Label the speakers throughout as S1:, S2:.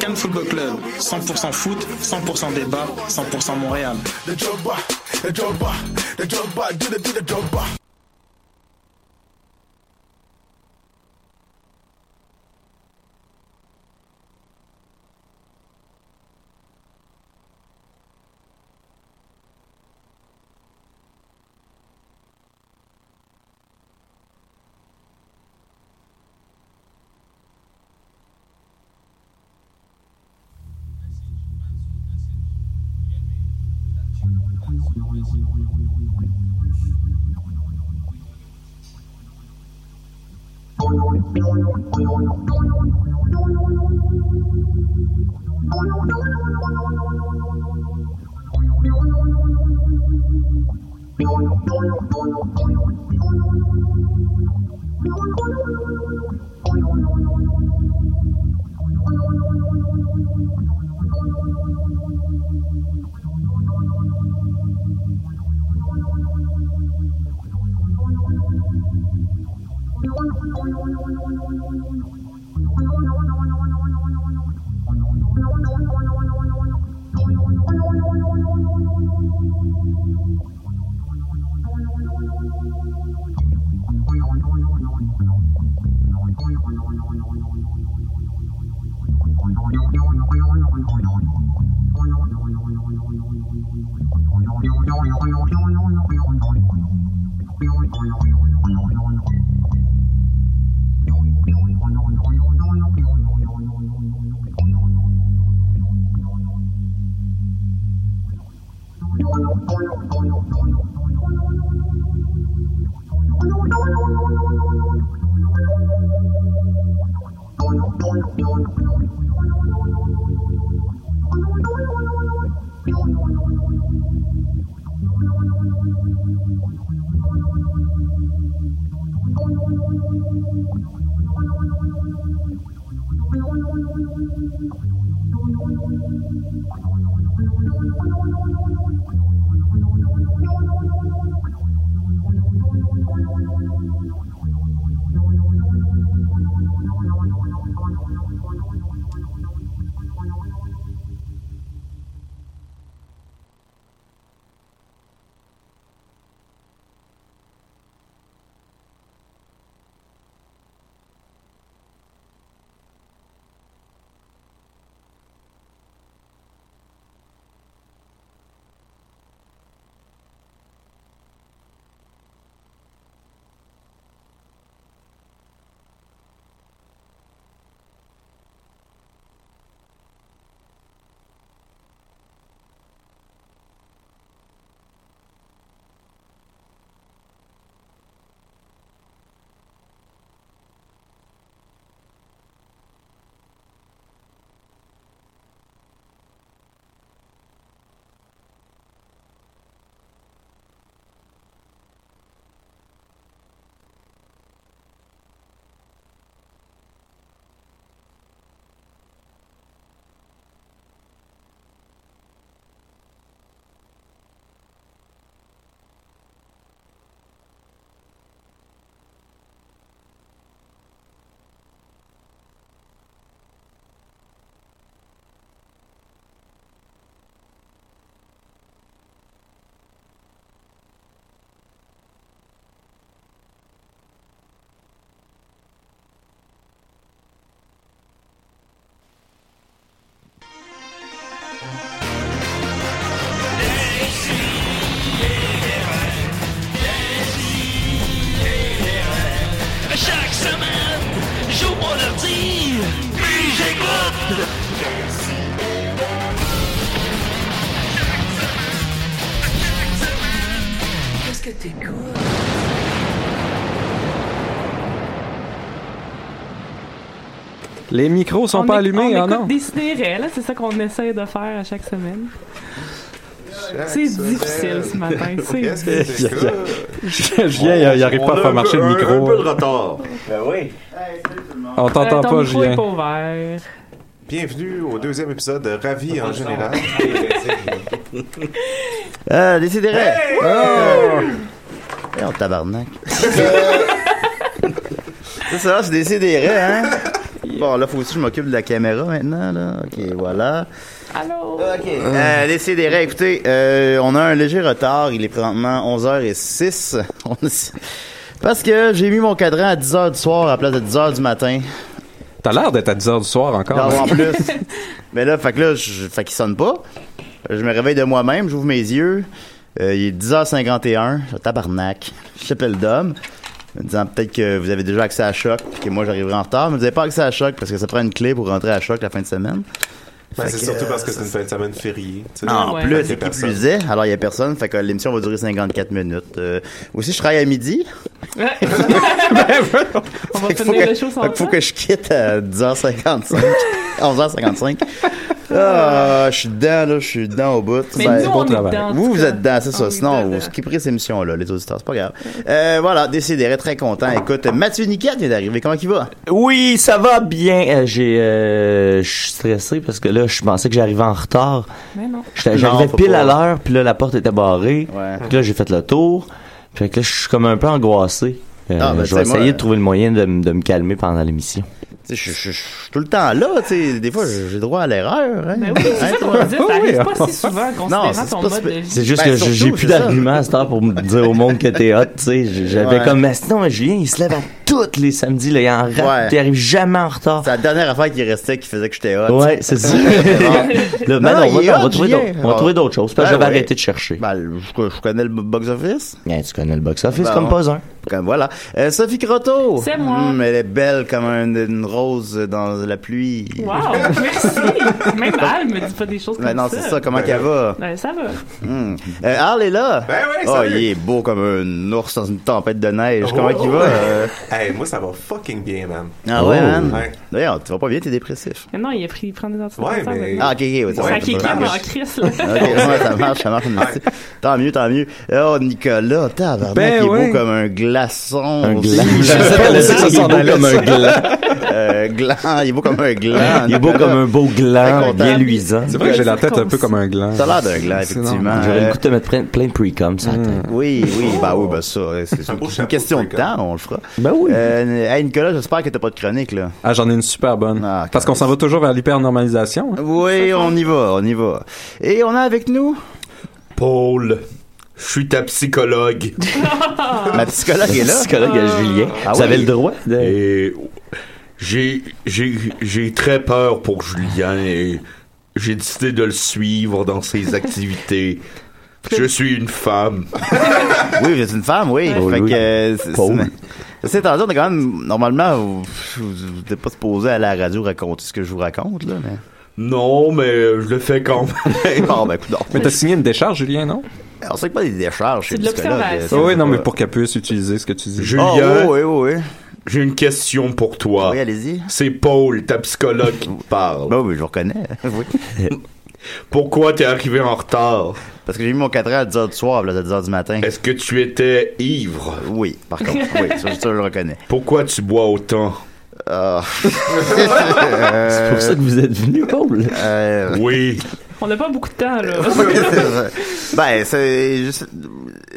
S1: Cannes Football Club, 100% foot, 100% débat, 100% Montréal.
S2: The drug bar, the drug bar, the drug bar, do the do the drug bar.
S3: Les micros sont
S4: On
S3: pas
S4: éc-
S3: allumés,
S4: on
S3: ah non?
S4: écoute des ciné-réels, là, c'est ça qu'on essaie de faire à chaque semaine. C'est difficile ce matin, tu sais.
S3: Je viens, il n'arrive pas à faire marcher le
S5: Un peu de
S3: micro. hein.
S5: retard.
S3: On
S4: Euh, ton
S3: t'entend pas,
S4: micro est
S3: Julien.
S4: pas ouvert.
S5: Bienvenue au deuxième épisode de Ravi en général. Ben,
S6: Ah, décidérez! Oh! en tabarnak. c'est ça, c'est décidérez, hein? Bon, là, faut aussi que je m'occupe de la caméra maintenant, là. OK, voilà.
S4: Allô?
S6: OK. Euh, décidérez, écoutez, euh, on a un léger retard. Il est présentement 11h06. On est- Parce que j'ai mis mon cadran à 10h du soir à la place de 10h du matin.
S3: T'as l'air d'être à 10h du soir encore. hein?
S6: Non, en plus. Mais là, fait que là, je, fait qu'il sonne pas. Je me réveille de moi-même, j'ouvre mes yeux. Euh, il est 10h51, je suis tabarnak. J'appelle Dom, me disant peut-être que vous avez déjà accès à Choc, puis que moi j'arriverai en retard. Mais vous n'avez pas accès à Choc parce que ça prend une clé pour rentrer à Choc la fin de semaine.
S5: Ben,
S6: Fait
S5: c'est
S6: que,
S5: surtout
S6: euh,
S5: parce que c'est une fin de semaine fériée. tu sais.
S6: En
S4: Ah, Ouais.
S6: plus,
S5: Fait
S6: c'est
S5: qu'il y a
S6: qui plus est, alors il n'y a personne, fait que l'émission va durer 54 minutes. Euh, aussi, je travaille à midi. Ben,
S4: On va
S6: Fait que faut
S4: finir
S6: que-
S4: le show sans
S6: fait que faut
S4: ça.
S6: que je quitte à 10h55. 11h55. Ah, je suis dedans, là, je suis dedans au bout.
S4: Mais
S6: Ben,
S4: nous,
S3: bon
S4: on est
S3: travail.
S4: dedans. en
S6: vous,
S4: tout
S6: vous
S4: cas.
S6: êtes dedans, c'est
S4: On
S6: ça.
S4: est
S6: Sinon,
S4: dedans.
S6: vous skipperez cette émission-là, les auditeurs, c'est pas grave. Euh, voilà, décidérez, très content. Écoute, Mathieu Niquette vient d'arriver, comment il va?
S7: Oui, ça va bien. Euh, J'ai, euh, je suis stressé parce que là, je pensais que j'arrivais en retard.
S4: Mais non.
S7: J'étais-
S6: Non,
S7: J'arrivais
S6: faut
S7: pile
S6: pas.
S7: à l'heure, puis là, la porte était barrée.
S6: Ouais.
S7: Puis là, j'ai fait le tour. Fait que là, je suis comme un peu angoissé. Euh,
S6: Ah, ben,
S7: je vais
S6: tu sais, moi,
S7: essayer
S6: euh,
S7: de trouver le moyen de, m- de me calmer pendant l'émission.
S6: Tu sais, Je je- je- je suis tout le temps là, tu sais. Des fois, j'ai droit à l'erreur. Hein?
S4: Mais Ben oui, c'est
S6: Hein,
S4: ça qu'on
S6: toi?
S4: va dire. Ça
S3: Oui, hein.
S4: arrive
S3: on-
S4: pas si souvent,
S6: c'est
S4: considérant ton
S6: pas
S4: mode
S6: spé-
S4: de vie.
S7: C'est juste
S6: Ben,
S7: que je- j'ai
S6: surtout,
S7: plus
S6: c'est ça.
S7: d'arguments à cette heure pour me dire au monde que t'es hot, tu sais. J- J'avais
S6: Ouais.
S7: comme, mais sinon, mais Julien, il se lève à tous les samedis, là, il en rate,
S6: Ouais.
S7: puis il arrive jamais en retard.
S6: C'est la dernière affaire qui restait qui faisait que j'étais hot.
S7: Ouais, c'est ça. Là,
S6: Non,
S7: maintenant,
S6: non,
S7: on
S6: il est
S7: va- on
S6: hot,
S7: va trouver
S6: Julien.
S7: d'autres- on va trouver d'autres choses. Parce que
S6: Ben
S7: j'avais
S6: ouais.
S7: arrêté de chercher.
S6: Ben, je, je connais le box-office.
S7: Eh, tu connais le box-office
S6: Bon.
S7: comme pas un.
S6: Comme voilà. Euh, Sophie Croteau.
S4: C'est moi.
S6: Hum, elle est belle comme un- une rose dans la pluie.
S4: Wow, merci. Même Al me dit pas des choses comme
S6: Ben non,
S4: ça.
S6: c'est ça. Comment qu'elle va?
S4: Ouais, ça va.
S6: Hum. Euh, Arl est là.
S5: Ben oui,
S6: oh,
S5: salut.
S6: il est beau comme un ours dans une tempête de neige. Comment
S5: Oh.
S6: qu'il va? euh?
S5: Hey, moi, ça va fucking bien, man. Oh!
S6: Ah
S7: Oh.
S6: ouais, man.
S5: Ouais.
S6: D'ailleurs, tu vas pas bien, t'es dépressif.
S4: Mais non, il a pris, il prend des
S5: Ouais,
S4: antidépresseurs.
S5: mais.
S6: Ah, ok, ok, ouais, ça
S4: Ça
S6: va.
S4: qui est
S6: ça
S4: calme
S6: marche.
S4: en crise, là.
S6: Ok, ouais, ça marche, ça marche. merci. Tant mieux, tant mieux. Oh, Nicolas, tabarnak,
S3: Ben
S6: il est
S3: ouais.
S6: beau comme un glaçon.
S7: Un glaçon.
S3: Je
S6: Je
S3: sais
S6: sais
S3: pas
S6: pas
S3: laisser
S6: si
S3: que ça
S6: il est
S3: s'en
S6: beau
S3: allait,
S6: comme
S3: ça.
S6: un Euh, gland, il est beau comme un gland.
S7: Il est beau
S6: Nicolas.
S7: comme un beau gland,
S6: content.
S7: bien luisant.
S3: C'est vrai que j'ai la tête un peu comme un gland.
S6: Ça a l'air d'un gland,
S3: C'est
S6: effectivement.
S3: normal.
S7: J'aurais
S6: Euh,
S7: le goût de te mettre plein, plein de pre-com sur la tête.
S6: Hmm. Oui, oui, bah oui, bah ça, ouais, c'est
S5: Un beau
S6: c'est une
S5: chapeau,
S6: question de
S5: Nicolas.
S6: temps, on le fera.
S7: Ben oui.
S6: Euh, hey, Nicolas, j'espère que t'as pas de chronique, là.
S3: Ah, j'en ai une super bonne.
S6: Ah,
S3: Parce qu'on s'en va toujours vers l'hyper-normalisation. hein.
S6: Oui, on y va, on y va. Et on a avec nous
S5: Paul, je suis ta psychologue.
S6: ma psychologue est
S7: Le
S6: là.
S7: psychologue
S3: euh,
S7: à Julien.
S6: Ah
S7: Vous
S6: oui.
S7: avez le droit de...
S5: Et. J'ai. J'ai. J'ai très peur pour Julien et. J'ai décidé de le suivre dans ses activités. Je suis une femme.
S6: Oui, vous êtes une femme, oui.
S7: Oh,
S6: fait
S7: oui.
S6: que euh, c'est-
S7: Paul.
S6: c'est- c'est tendu, on est quand même normalement vous vous n'êtes pas supposé aller à la radio raconter ce que je vous raconte là, mais
S5: Non, mais je le fais quand même.
S6: bon ben écoute,
S3: Mais t'as signé une décharge, Ah, Julien, non?
S6: on sait que pas des décharges chez
S4: C'est de
S6: le psychologue.
S4: l'observation.
S3: Oui, non, mais
S6: pas-
S3: pour qu'elle puisse utiliser ce que tu dis.
S6: Oh,
S5: Julien,
S6: oui, oui, oui.
S5: j'ai une question pour toi.
S6: Oui, allez-y.
S5: C'est Paul, ta psychologue, qui te parle.
S6: Ben oui, je vous reconnais. Oui.
S5: Pourquoi t'es arrivé en retard?
S6: Parce que j'ai mis mon 4 à 10h du soir, là, à 10h du matin.
S5: Est-ce que tu étais ivre?
S6: Oui, par contre, oui, ça, ça, je le reconnais.
S5: Pourquoi tu bois autant?
S6: Ah.
S7: C'est pour ça que vous êtes venu, Paul.
S6: Euh,
S5: Oui.
S4: On n'a pas beaucoup de temps, là.
S6: ben, c'est juste-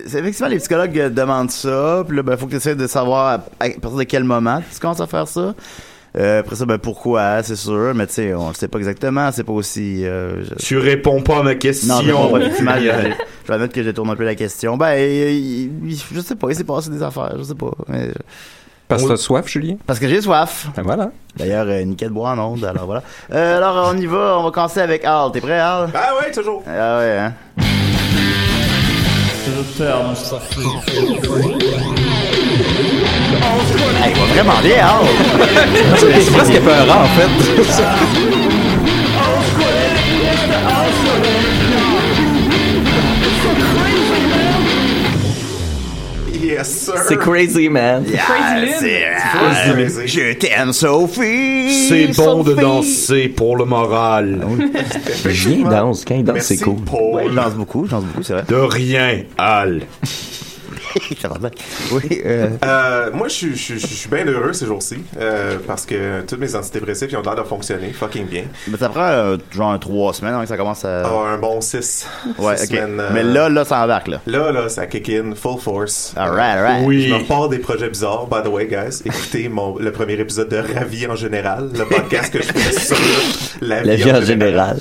S6: c'est effectivement les psychologues euh, demandent ça, puis là ben faut que tu essaies de savoir à, à partir de quel moment tu commences à faire ça. Euh, après ça ben pourquoi, c'est sûr, mais tu sais on le sait pas exactement, c'est pas aussi euh, je-
S5: Tu réponds pas à ma question.
S6: Non, je comprends pas effectivement, je, je vais admettre que je tourne un peu la question. Ben, euh, il- il- je sais pas, il s'est passé des affaires, je sais pas. mais-
S3: Parce que t'as soif, Julien?
S6: parce que j'ai soif.
S3: Ben voilà.
S6: D'ailleurs, euh, Niquette boit en onde, alors voilà. Euh, alors, on y va, on va commencer avec Al. T'es prêt, Al?
S5: Ah ouais, toujours.
S6: Ah ouais, hein? Hey, il va vraiment bien, Al!
S3: C'est presque peur, en fait.
S8: Yes, sir.
S6: Euh,
S7: C'est crazy, man.
S6: Ah,
S4: Crazy Lynn.
S8: Crazy Lynn.
S6: Je t'aime, Sophie.
S5: C'est bon de
S6: Sophie. Ah
S5: danser pour le moral.
S7: Je viens danse. Quand il danse, c'est
S8: Merci,
S7: cool.
S8: Paul.
S6: Ouais, je danse beaucoup, je danse beaucoup, c'est vrai.
S5: De rien, Al.
S6: Tabarnak. oui, euh,
S8: Euh, moi, je suis- je suis je suis bien heureux ces jours-ci euh, parce que tous mes antidépressifs ils ont l'air de fonctionner fucking bien.
S6: mais ça prend euh, genre un trois semaines avant que ça commence à.
S8: Ah, un bon 6
S6: ouais, ok.
S8: euh,
S6: Mais là, là, ça embarque, là.
S8: Là, là, ça kick in, full force.
S6: Alright, alright.
S8: Je me pars des projets bizarres, by the way, guys. Écoutez mon, le premier épisode de Ravi en général, le podcast que je fais sur la,
S7: La vie en général.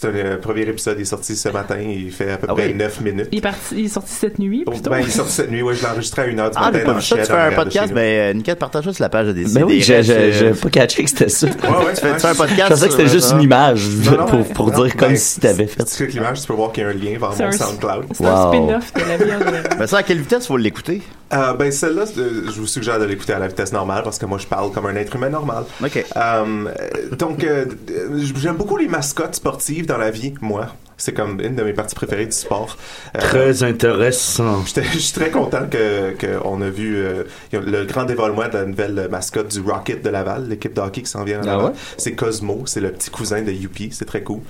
S8: C'est un euh, premier épisode, il est sorti ce matin, il fait à peu
S6: Ah
S8: près
S6: oui.
S8: 9 minutes.
S4: Il est, parti, il est sorti cette nuit,
S8: Oh,
S4: plutôt.
S8: ben, il est sorti cette nuit, ouais, je l'ai enregistré à 1h du
S6: Ah, j'ai
S8: matin.
S6: pas
S8: dans
S6: vu
S8: le
S6: ça, tu
S8: shed
S6: fais
S8: en
S6: un
S8: arrière de chez
S6: podcast,
S8: nous.
S6: mais euh, Nickel, partage ça sur la page de Décidé.
S7: Ben oui, j'ai- j'ai
S6: Rêves,
S7: j'ai
S6: euh,
S7: pas catché que c'était ça.
S8: Ouais, ouais,
S6: Tu
S8: tu
S6: fais un podcast.
S7: Je pensais que c'était
S6: sur,
S7: juste
S6: euh,
S7: une image
S8: Non, non,
S7: pour, pour
S8: non,
S7: dire comme
S8: ben,
S7: si t'avais fait
S8: Si tu cliques l'image, tu peux voir qu'il y a un lien vers
S4: C'est
S8: mon
S4: un-
S8: SoundCloud.
S4: C'est un
S7: Wow.
S4: spin-off de la vie en général.
S6: Mais ça, à quelle vitesse faut l'écouter?
S8: Euh, ben celle-là, euh, je vous suggère de l'écouter à la vitesse normale parce que moi je parle comme un être humain normal.
S6: Ok.
S8: Euh, euh, donc euh, euh, j'aime beaucoup les mascottes sportives dans la vie, moi. C'est comme une de mes parties préférées du sport. Euh,
S5: Très intéressant.
S8: j'étais- Je suis très content que qu'on a vu euh, le grand dévoilement de la nouvelle mascotte du Rocket de Laval, l'équipe de hockey qui s'en vient. à
S7: Ah
S8: Laval.
S7: ouais?
S8: C'est Cosmo, c'est le petit cousin de Yuppie, c'est très cool.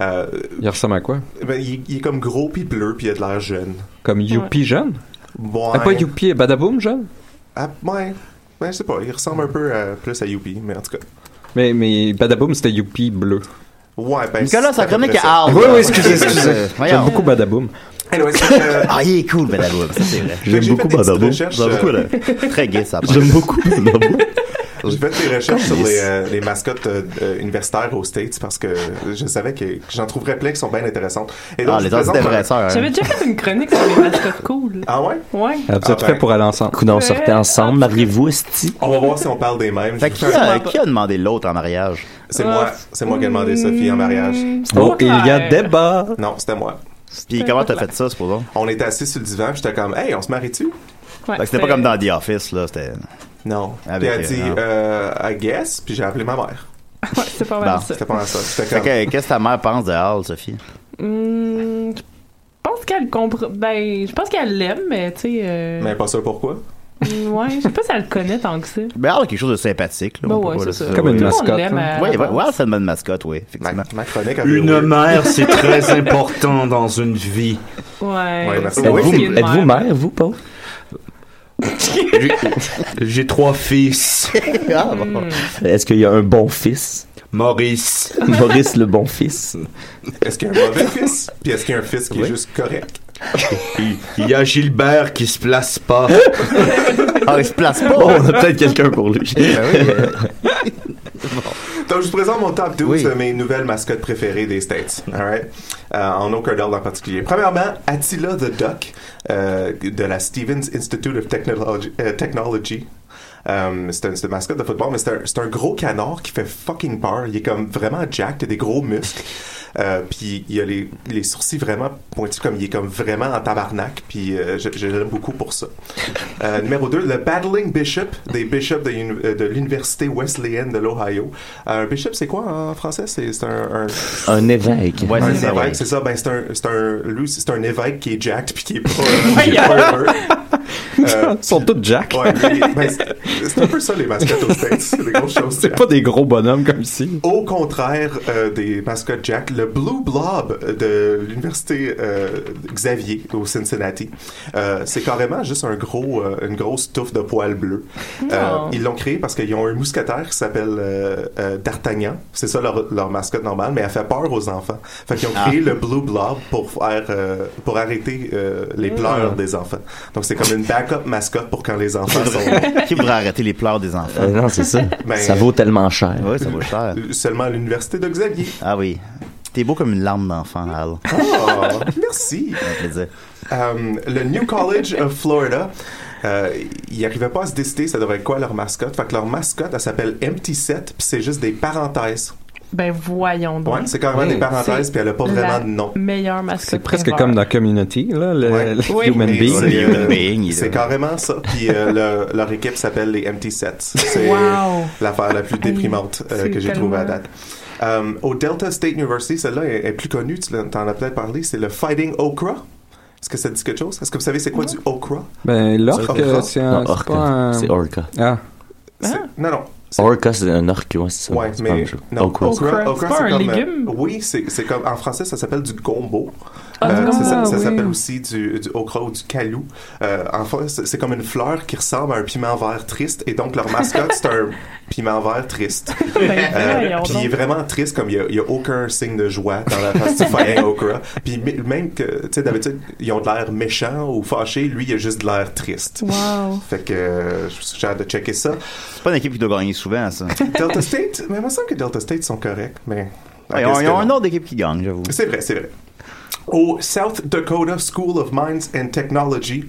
S8: Euh,
S3: Il ressemble à quoi
S8: ben, il, il est comme gros puis bleu puis il a de l'air jeune.
S3: Comme Youpi jeune
S8: Bon,
S3: Ah, pas Youpi, Badaboom jeune
S8: Ah, ouais. Ouais, je sais pas, il ressemble un peu à- plus à Youpi, mais en tout cas.
S3: mais, mais Badaboom, c'était Youpi bleu.
S8: Ouais, ben.
S6: Nicolas,
S8: c'est
S6: ça
S8: à peu
S6: chronique
S8: près
S6: à
S8: ça.
S6: Arles.
S3: Oui, oui, excusez,
S6: Euh,
S3: excusez.
S6: voyons.
S3: J'aime beaucoup Badaboom.
S8: Anyway, c'est, euh,
S6: Ah, il est cool, Badaboum, ça c'est vrai.
S8: J'aime J'ai beaucoup fait des petites Badaboum. recherches, J'aime beaucoup, euh,
S6: Très gay, ça. J'aime beaucoup Badaboum.
S8: J'ai fait des recherches sur les, euh, les mascottes euh, euh, universitaires aux States parce que je savais que que j'en trouverais plein qui sont bien intéressantes. Et donc,
S6: Ah,
S8: je
S6: les
S8: vous présente un-
S6: antidépresseurs.
S4: J'avais
S6: hein.
S4: déjà fait une chronique sur les mascottes cool.
S8: Ah ouais?
S4: Ouais.
S3: Ah, Vous êtes
S8: ben.
S3: prêts pour aller ensemble
S7: Coup on sortait ensemble, mariez-vous, esti.
S8: On va voir si on parle des mêmes.
S6: Fait que qui a, qui a demandé l'autre en mariage?
S8: C'est moi, c'est moi qui ai demandé Sophie en mariage.
S3: Oh, il y a débat
S8: Non, c'était moi.
S6: Puis comment t'as fait ça, supposons?
S8: On était assis sur le divan, puis j'étais comme, hey, on se marie-tu?
S6: Fait que c'était pas comme dans The Office, là. C'était.
S8: Non. Puis
S6: Avec
S8: elle a
S6: elle,
S8: dit,
S6: non.
S8: euh, I guess, puis j'ai appelé ma mère.
S4: C'est pas mal
S6: Bon.
S4: ça.
S8: C'était pas mal ça. J'étais
S6: Fait
S8: comme,
S6: que, qu'est-ce que ta mère pense de Hall, Sophie?
S4: Hmm, je pense qu'elle comprend. Ben, je pense qu'elle l'aime, mais tu sais. euh,
S8: mais pas sûr pourquoi.
S4: hmm, Ouais, je sais pas si elle le connaît tant que ça.
S6: Ben, Hall a quelque chose de sympathique, là.
S4: Ben
S6: on peut
S4: ouais,
S6: pas-
S4: c'est ça.
S3: Comme une
S4: Tout le monde
S3: mascotte,
S4: l'aime euh,
S3: hein.
S4: à-
S6: Ouais, ouais, ouais, Hall, c'est une bonne mascotte, oui,
S8: Ma,
S6: effectivement.
S8: ma chronique a
S5: Une mère, c'est très important dans une vie.
S4: Ouais.
S8: Ouais, merci.
S4: Ouais,
S8: Êtes-vous-
S4: c'est une
S7: Êtes-vous
S4: mère.
S7: mère, vous, pas?
S5: J'ai- J'ai trois fils.
S6: Ah,
S4: Hmm.
S6: bon.
S7: Est-ce qu'il y a un bon fils?
S5: Maurice,
S7: Maurice le bon fils.
S8: Est-ce qu'il y a un mauvais fils? Puis est-ce qu'il y a un fils qui est juste correct?
S5: il il y a Gilbert qui se place pas.
S6: Ah, il se place pas!
S7: Oh, on a peut-être quelqu'un pour lui.
S8: Donc, je vous présente mon top 12
S6: Oui.
S8: de mes nouvelles mascottes préférées des States. All right? Euh, en aucun ordre en particulier. Premièrement, Attila the Duck euh, de la Stevens Institute of Technology. euh, Technology. Euh, c'est un- c'est une mascotte de football, mais c'est un, c'est un gros canard qui fait fucking peur. Il est comme vraiment jacked, il a des gros muscles. Euh, puis il a les, les sourcils vraiment pointus, comme il est comme vraiment en tabarnak. Puis euh, je, je l'aime beaucoup pour ça. Euh, numéro 2, le Battling Bishop, des bishops de, l'uni- euh, de l'Université Wesleyan de l'Ohio. Euh, un bishop, c'est quoi en français? C'est c'est un, un,
S7: Un évêque.
S6: Ouais,
S8: un
S6: c'est ça,
S8: évêque,
S6: ouais.
S8: c'est ça. Ben, c'est un, c'est un, lui, c'est un évêque qui est jacked puis qui est pas, qui est pas heureux. Euh,
S3: Ils sont tous Jack.
S8: ouais, lui, ben, c'est- c'est un peu ça, les mascottes aux States. C'est des grosses choses.
S3: C'est pas des gros bonhommes comme ici.
S8: Au contraire euh, des mascottes Jack, le Blue Blob de l'université euh, Xavier au Cincinnati, euh, c'est carrément juste un gros, euh, une grosse touffe de poils bleus. Euh,
S4: Oh.
S8: ils l'ont créé parce qu'ils ont un mousquetaire qui s'appelle euh, euh, D'Artagnan. C'est ça leur, leur mascotte normale, mais elle fait peur aux enfants. Fait qu'ils ont créé
S6: Ah.
S8: le Blue Blob pour faire, euh, pour arrêter euh, les pleurs des enfants. Donc c'est comme une backup mascotte pour quand les enfants sont
S6: Qui pourrait arrêter les pleurs des enfants?
S7: Euh, non, c'est ça.
S8: Ben-
S7: ça vaut tellement cher.
S6: Ouais, ça vaut cher.
S8: Euh, seulement à l'université de Xavier.
S6: Ah oui. T'es beau comme une larme d'enfant, Hal. Ça
S8: Oh, merci.
S6: me fait plaisir.
S8: Um, le New College of Florida, euh, ils n'arrivaient pas à se décider ça devrait être quoi leur mascotte. Fait que leur mascotte, elle s'appelle Empty Set, puis c'est juste des parenthèses.
S4: Ben, voyons donc.
S8: Ouais, c'est carrément
S3: Ouais.
S8: des parenthèses,
S4: C'est
S8: puis elle a pas
S4: la
S8: vraiment de nom.
S4: Meilleure mascotte.
S3: C'est presque
S4: ever.
S3: comme dans Community, là, le,
S8: Ouais.
S3: le
S4: Oui.
S3: Human
S8: Mais
S3: Being.
S8: c'est,
S6: Human
S8: euh,
S6: Being, il est-
S8: C'est carrément ça. Puis euh, leur- leur équipe s'appelle les Empty Sets. C'est
S4: Wow.
S8: l'affaire la plus déprimante euh,
S4: c'est
S8: que j'ai trouvée à
S4: tellement-
S8: date. Euh, Um, au Delta State University, celle-là est, est plus connue, tu l'as- t'en as peut-être parlé, c'est le Fighting Okra. Est-ce que ça dit quelque chose? Est-ce que vous savez c'est quoi du okra?
S3: Ben, l'orque,
S8: Du okra?
S3: c'est un.
S7: Non, orque.
S3: C'est pas un.
S7: C'est orca.
S3: Ah.
S8: C'est- Non, non. c'est-
S7: Orca, c'est un orque, ouais, c'est ça.
S8: Ouais,
S7: C'est pas la
S8: mais
S7: même chose.
S8: non,
S7: Okra.
S8: okra,
S4: Okra,
S8: okra,
S4: c'est pas
S8: c'est
S4: un
S8: comme, euh,
S4: légume?
S8: oui, c'est c'est comme en français ça s'appelle du gombo.
S4: Ah, du
S8: Euh, c'est ça
S4: gombo,
S8: ça
S4: oui.
S8: s'appelle aussi du, du okra ou du calou. Euh, en fait, c'est c'est comme une fleur qui ressemble à un piment vert triste et donc leur mascotte c'est un piment vert triste.
S4: Ben,
S8: Euh,
S4: voyons
S8: puis il est
S4: donc.
S8: vraiment triste comme il y a- il y a, aucun signe de joie dans la face du foyer okra. Puis mi- même que tu sais d'habitude ils ont de l'air méchants ou fâchés, lui il a juste de l'air triste.
S4: Wow.
S8: Fait que euh, je vous suggère de checker ça.
S6: C'est pas une équipe qui doit gagner souvent, ça.
S8: Delta State, mais il me semble que Delta State sont corrects, mais.
S6: Ouais, ils ont, ils ont un autre équipe qui gagne, j'avoue.
S8: C'est vrai, c'est vrai. Au South Dakota School of Mines and Technology,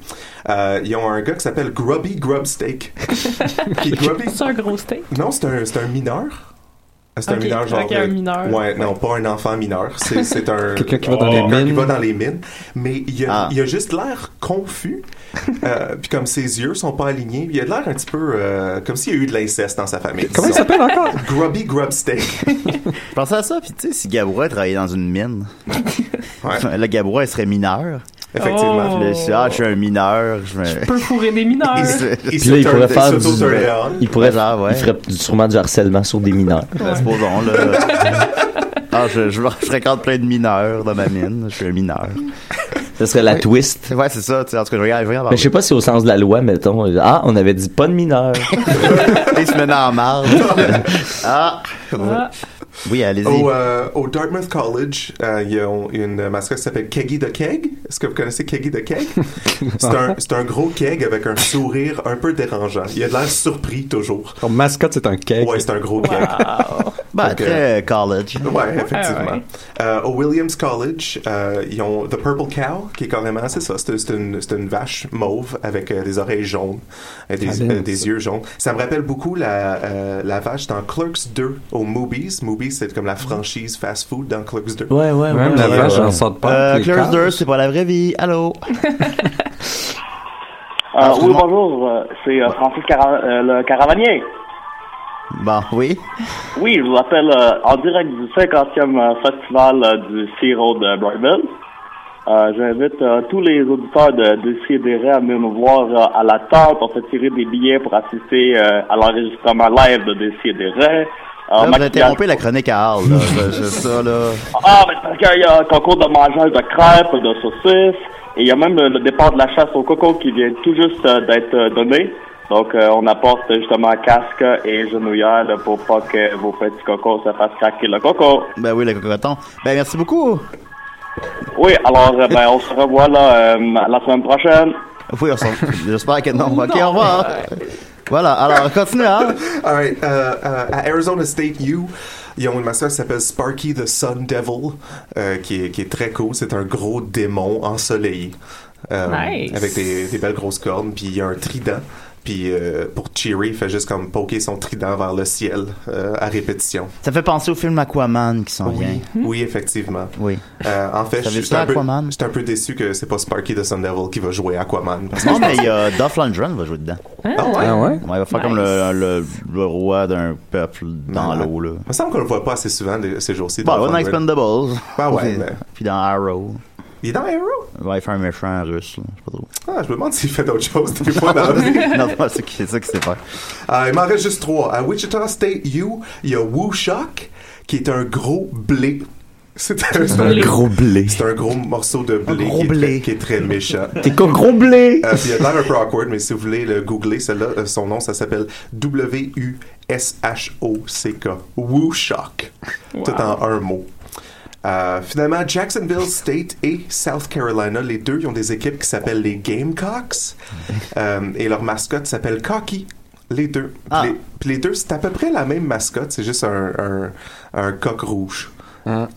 S8: euh, ils ont un gars qui s'appelle Grubby Grubstake. Qui- Grubby-
S4: C'est un gros steak.
S8: Non, c'est un, c'est un mineur. Ah, C'est
S4: Ok,
S8: un mineur, genre.
S4: ok, un mineur.
S8: Ouais, non, pas un enfant mineur. C'est c'est un. Oh.
S3: Quelqu'un qui va dans les
S8: quelqu'un qui
S3: mines.
S8: va dans les mines. Mais il a,
S6: Ah.
S8: il a juste l'air confus. euh, puis comme ses yeux sont pas alignés, il a l'air un petit peu. euh, comme s'il y a eu de l'inceste dans sa famille.
S3: Comment il
S8: disons.
S3: s'appelle hein? encore
S8: Grubby Grubstake.
S6: Je pensais à ça, puis tu sais, si Gabrois travaillait dans une mine,
S8: Ouais.
S6: là, Gabrois, il serait mineur.
S8: Effectivement.
S6: Puis là, je suis, ah, je suis un mineur, je me...
S4: Peut fourrer des mineurs.
S8: Il se-
S7: Puis là, il
S8: se
S7: pourrait
S8: turn-
S7: faire du.
S8: s'auto-turn on.
S7: Il pourrait.
S6: Genre, ouais.
S7: Il ferait du- sûrement du harcèlement sur des mineurs.
S6: Ben, supposons, là. ah, je, je, je fréquente plein de mineurs dans ma mine, je suis un mineur.
S7: Ce serait la twist.
S6: Ouais, c'est ça, tu sais, en tout cas, je regarde, je regarde.
S7: Mais je sais pas si au sens de la loi, mettons. euh, Ah, on avait dit pas de mineurs.
S6: Il se met dans la marde. ah!
S4: Ah,
S6: Oui, allez-y.
S8: Au, euh, au Dartmouth College, euh, ils ont une mascotte qui s'appelle Keggy the Keg. Est-ce que vous connaissez Keggy the Keg? C'est un, c'est un gros keg avec un sourire un peu dérangeant. Il a de l'air surpris toujours.
S3: Son mascotte, c'est un cake.
S8: Ouais, c'est un gros keg.
S6: ben,
S8: ok.
S6: très college.
S8: Ouais, effectivement.
S4: ouais.
S8: Euh, au Williams College, euh, ils ont The Purple Cow, qui est carrément, c'est ça, c'est c'est une, c'est une vache mauve avec euh, des oreilles jaunes, et des,
S3: Ah, bien,
S8: euh, des yeux jaunes. Ça me rappelle beaucoup la, euh, la vache dans Clerks 2 au Movies. Movies, c'est comme la franchise fast-food dans Clerks 2.
S7: Ouais, ouais,
S3: Même la
S8: ouais,
S3: vache
S8: ouais.
S3: en sort pas.
S6: Euh, Clerks 2, c'est pas la vraie vie. Allô?
S9: Euh,
S6: tout le
S9: oui,
S6: monde-
S9: bonjour, euh, c'est euh, Francis Cara- euh, le Caravanier.
S6: Bon, oui.
S9: Oui, je vous appelle euh, en direct du 50e euh, festival euh, du Sea Road de Brightville. Euh, J'invite euh, tous les auditeurs de Décideret à venir nous voir euh, à la tente. On fait tirer des billets pour assister euh, à l'enregistrement live de Décideret.
S6: Là, vous interrompez la chronique à Hall, là. Je- je- ça, là.
S9: Ah, mais c'est parce qu'il y a un concours de mangeage de crêpes, de saucisses, et il y a même le, le départ de la chasse au coco qui vient tout juste euh, d'être euh, donné. Donc, euh, on apporte justement casque et genouillère là, pour pas que vos petits cocos se fassent craquer le coco.
S6: Ben oui, le cocoton. Ben, merci beaucoup.
S9: Oui, alors, euh, ben, on se revoit là, euh, à la semaine prochaine.
S6: Oui, on s'en... J'espère que non. Ok, au revoir. Voilà, alors, continuez, hein.
S8: All right, euh, euh, à Arizona State U, ils ont une mascotte qui s'appelle Sparky the Sun Devil, euh, qui, est, qui est très cool. C'est un gros démon ensoleillé. euh,
S4: Nice.
S8: Avec des, des belles grosses cornes, puis il y a un trident. Puis euh, pour cheerer, il fait juste comme poker son trident vers le ciel euh, à répétition.
S6: Ça fait penser au film Aquaman qui s'en vient.
S8: Oui, oui, effectivement.
S6: Oui.
S8: Euh, en fait, je
S6: Ça veut
S8: je suis
S6: dire
S8: un, peu-
S6: Aquaman?
S8: je suis un peu déçu que c'est pas Sparky the Sun Devil qui va jouer Aquaman. parce que-
S6: Non, mais il y a Duff Lundgren va jouer dedans.
S8: Ah ouais?
S3: Ah ouais?
S6: Ouais, il va faire comme le, le, le roi d'un peuple dans l'eau, là.
S8: Euh, Il me semble qu'on le voit pas assez souvent de- ces jours-ci.
S6: Bon,
S8: dans
S6: on a
S8: Thunder.
S6: Expendables.
S8: Ah ouais, mais-
S6: Puis dans Arrow.
S8: Il est dans Arrow?
S6: Il va y faire un méchant russe, là. Je sais pas trop.
S8: Ah, je me demande s'il fait d'autres choses des fois dans la vie.
S6: non, c'est pas ça qui- c'est ça qui s'est fait.
S8: Ah, il m'en reste juste trois. À Wichita State U, il y a Woo Shock, qui est un gros blé. C'est un, c'est un gros,
S6: blé.
S8: c'est un gros morceau de blé,
S6: gros
S8: qui, est
S6: blé.
S8: Très, qui est très méchant.
S7: T'es con gros blé!
S8: Euh, puis il a l'air un peu awkward, mais si vous voulez le googler, celle-là, euh, son nom, ça s'appelle W-U-S-H-O-C-K. Woo Shock. Tout en un mot. Euh, finalement, Jacksonville State et South Carolina, les deux, ils ont des équipes qui s'appellent les Gamecocks. Euh, et leur mascotte s'appelle Cocky. Les deux. Puis
S6: Ah.
S8: les, puis les deux, c'est à peu près la même mascotte, c'est juste un, un, un coq rouge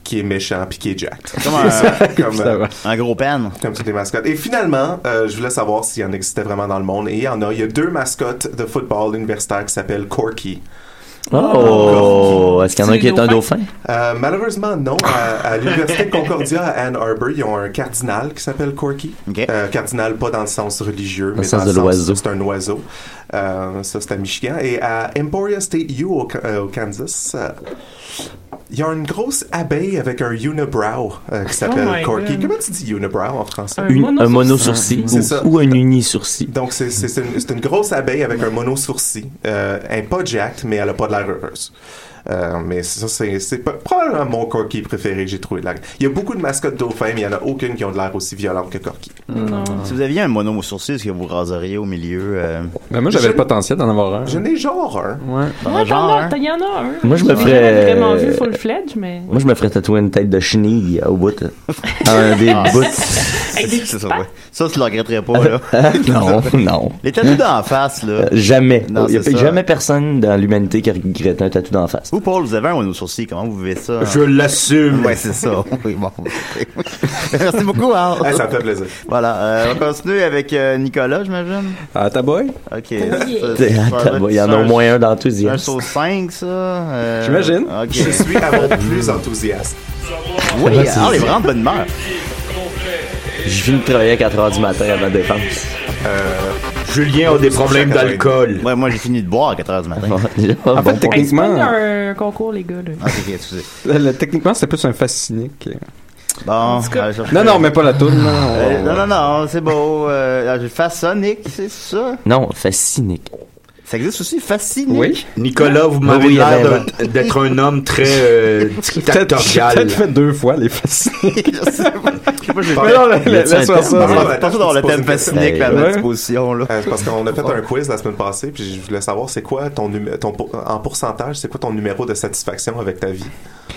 S8: qui est méchant puis qui est jacked.
S6: Comme un,
S8: Comme, euh,
S6: un gros pen.
S8: comme toutes les mascottes. Et finalement, euh, je voulais savoir s'il y en existait vraiment dans le monde. Et il y en a. Il y a deux mascottes de football universitaire qui s'appellent Corky.
S7: Oh! Ah, Est-ce qu'il y en a un
S4: Ah, C'est
S7: qui est un
S4: dauphin?
S7: dauphin?
S8: Euh, malheureusement, non. À, à l'université Concordia à Ann Arbor, ils ont un cardinal qui s'appelle Corky.
S6: Ok.
S8: Euh, cardinal, pas dans le sens religieux, mais
S7: sens
S8: dans le
S7: de l'oiseau.
S8: C'est un oiseau. Euh, ça, c'est à Michigan. Et à Emporia State U au, Ca- euh, au Kansas, euh, Il y a une grosse abeille avec un unibrow euh, qui s'appelle
S7: Oh my
S8: Corky.
S7: God.
S8: Comment tu dis unibrow en français?
S7: Une- un mono-sourcil
S8: C'est ça.
S7: ou, ou un uni-sourcil.
S8: Donc, c'est- c'est c'est une, c'est une grosse abeille avec un mono sourcil. Euh, elle n'est pas jacked, mais elle a pas de l'air heureuse. Euh, mais ça, c'est c'est pas- probablement mon Corky préféré que j'ai trouvé. là. Il y a beaucoup de mascottes dauphins, mais il n'y en a aucune qui ont de l'air aussi violente que Corky.
S6: Si vous aviez un mono au sourcil, est-ce que vous raseriez au milieu? euh?
S3: Ben, moi, j'avais le potentiel d'en avoir un.
S8: Je n'ai genre un.
S6: Ouais.
S4: Moi, t'en as- il y en a un.
S7: Moi, je me
S4: J'ai
S7: ferais- euh,
S4: vraiment vu full-fledged, mais.
S7: Moi, je me ferais tatouer une tête de chenille au bout. euh, un des
S6: Ah,
S7: bouts.
S6: c'est- c'est ça, ouais. Ça, tu le regretterais pas, là.
S7: non, non.
S6: Les tatous d'en face, là.
S7: Euh, jamais.
S6: Non,
S7: Il n'y a
S6: c'est
S7: pas-
S6: ça.
S7: jamais personne dans l'humanité qui regrette un tatou d'en face.
S6: Vous, Paul, vous avez un mono sourcil. Comment vous vivez ça? hein?
S7: Je l'assume.
S6: Ouais, c'est ça. Oui, bon. Merci beaucoup, Al.
S8: Eh, ça me fait plaisir.
S6: Voilà. euh, on continue avec euh, Nicolas, j'imagine.
S7: Ah, ta boy?
S6: OK. ça,
S7: T'es-
S6: ça,
S7: attends,
S6: ça,
S7: il y en a
S6: ça,
S7: au moins un
S6: Un
S7: d'enthousiaste.
S6: sur 5, ça. euh,
S8: J'imagine.
S6: ok.
S8: Je suis à mon plus enthousiaste.
S6: Oui,
S7: Ouais, Ah, c'est
S6: Al est
S7: ça.
S6: vraiment de bonne humeur.
S7: J'ai fini de travailler à 4 h du matin à ma défense.
S8: Euh,
S5: Julien a des problèmes d'alcool.
S6: Ouais, moi, j'ai fini de boire à 4 h du matin.
S7: Ah
S6: Ah,
S3: En fait,
S4: Hey, c'est pas
S3: techniquement,
S4: un concours, les gars, là.
S6: ok, excusez.
S3: le- techniquement, c'était plus un fascinique. euh,
S6: Bon, allez, chercher-
S3: Non, non, mais pas la toune. Non,
S6: Euh, non, non, non, c'est beau. Euh, je fais Sonic, c'est ça?
S7: Non, fascinique.
S6: Ça existe aussi, Fascinic.
S3: Oui.
S5: Nicolas,
S6: Ben
S5: vous m'avez
S7: Oui, oui,
S5: l'air
S7: vraiment.
S5: d'un- d'être un homme très euh, dictatorial.
S3: peut-être fait deux fois les fasciniques.
S6: je sais pas. Je sais pas, je vais-
S3: Mais non, la- la-
S6: Y a-t-il un
S3: laisse-moi
S6: thème?
S3: ça.
S6: Non,
S3: Ouais,
S6: c'est
S8: ouais,
S6: pas ça dans
S8: tu
S6: le
S8: poses
S6: thème
S8: une
S6: Fascinic,
S7: question.
S6: la
S3: Ouais.
S6: disposition, là.
S8: Euh, c'est parce qu'on a fait un quiz la semaine passée, puis je voulais savoir c'est quoi ton, numé- ton pour- en pourcentage, c'est quoi ton numéro de satisfaction avec ta vie?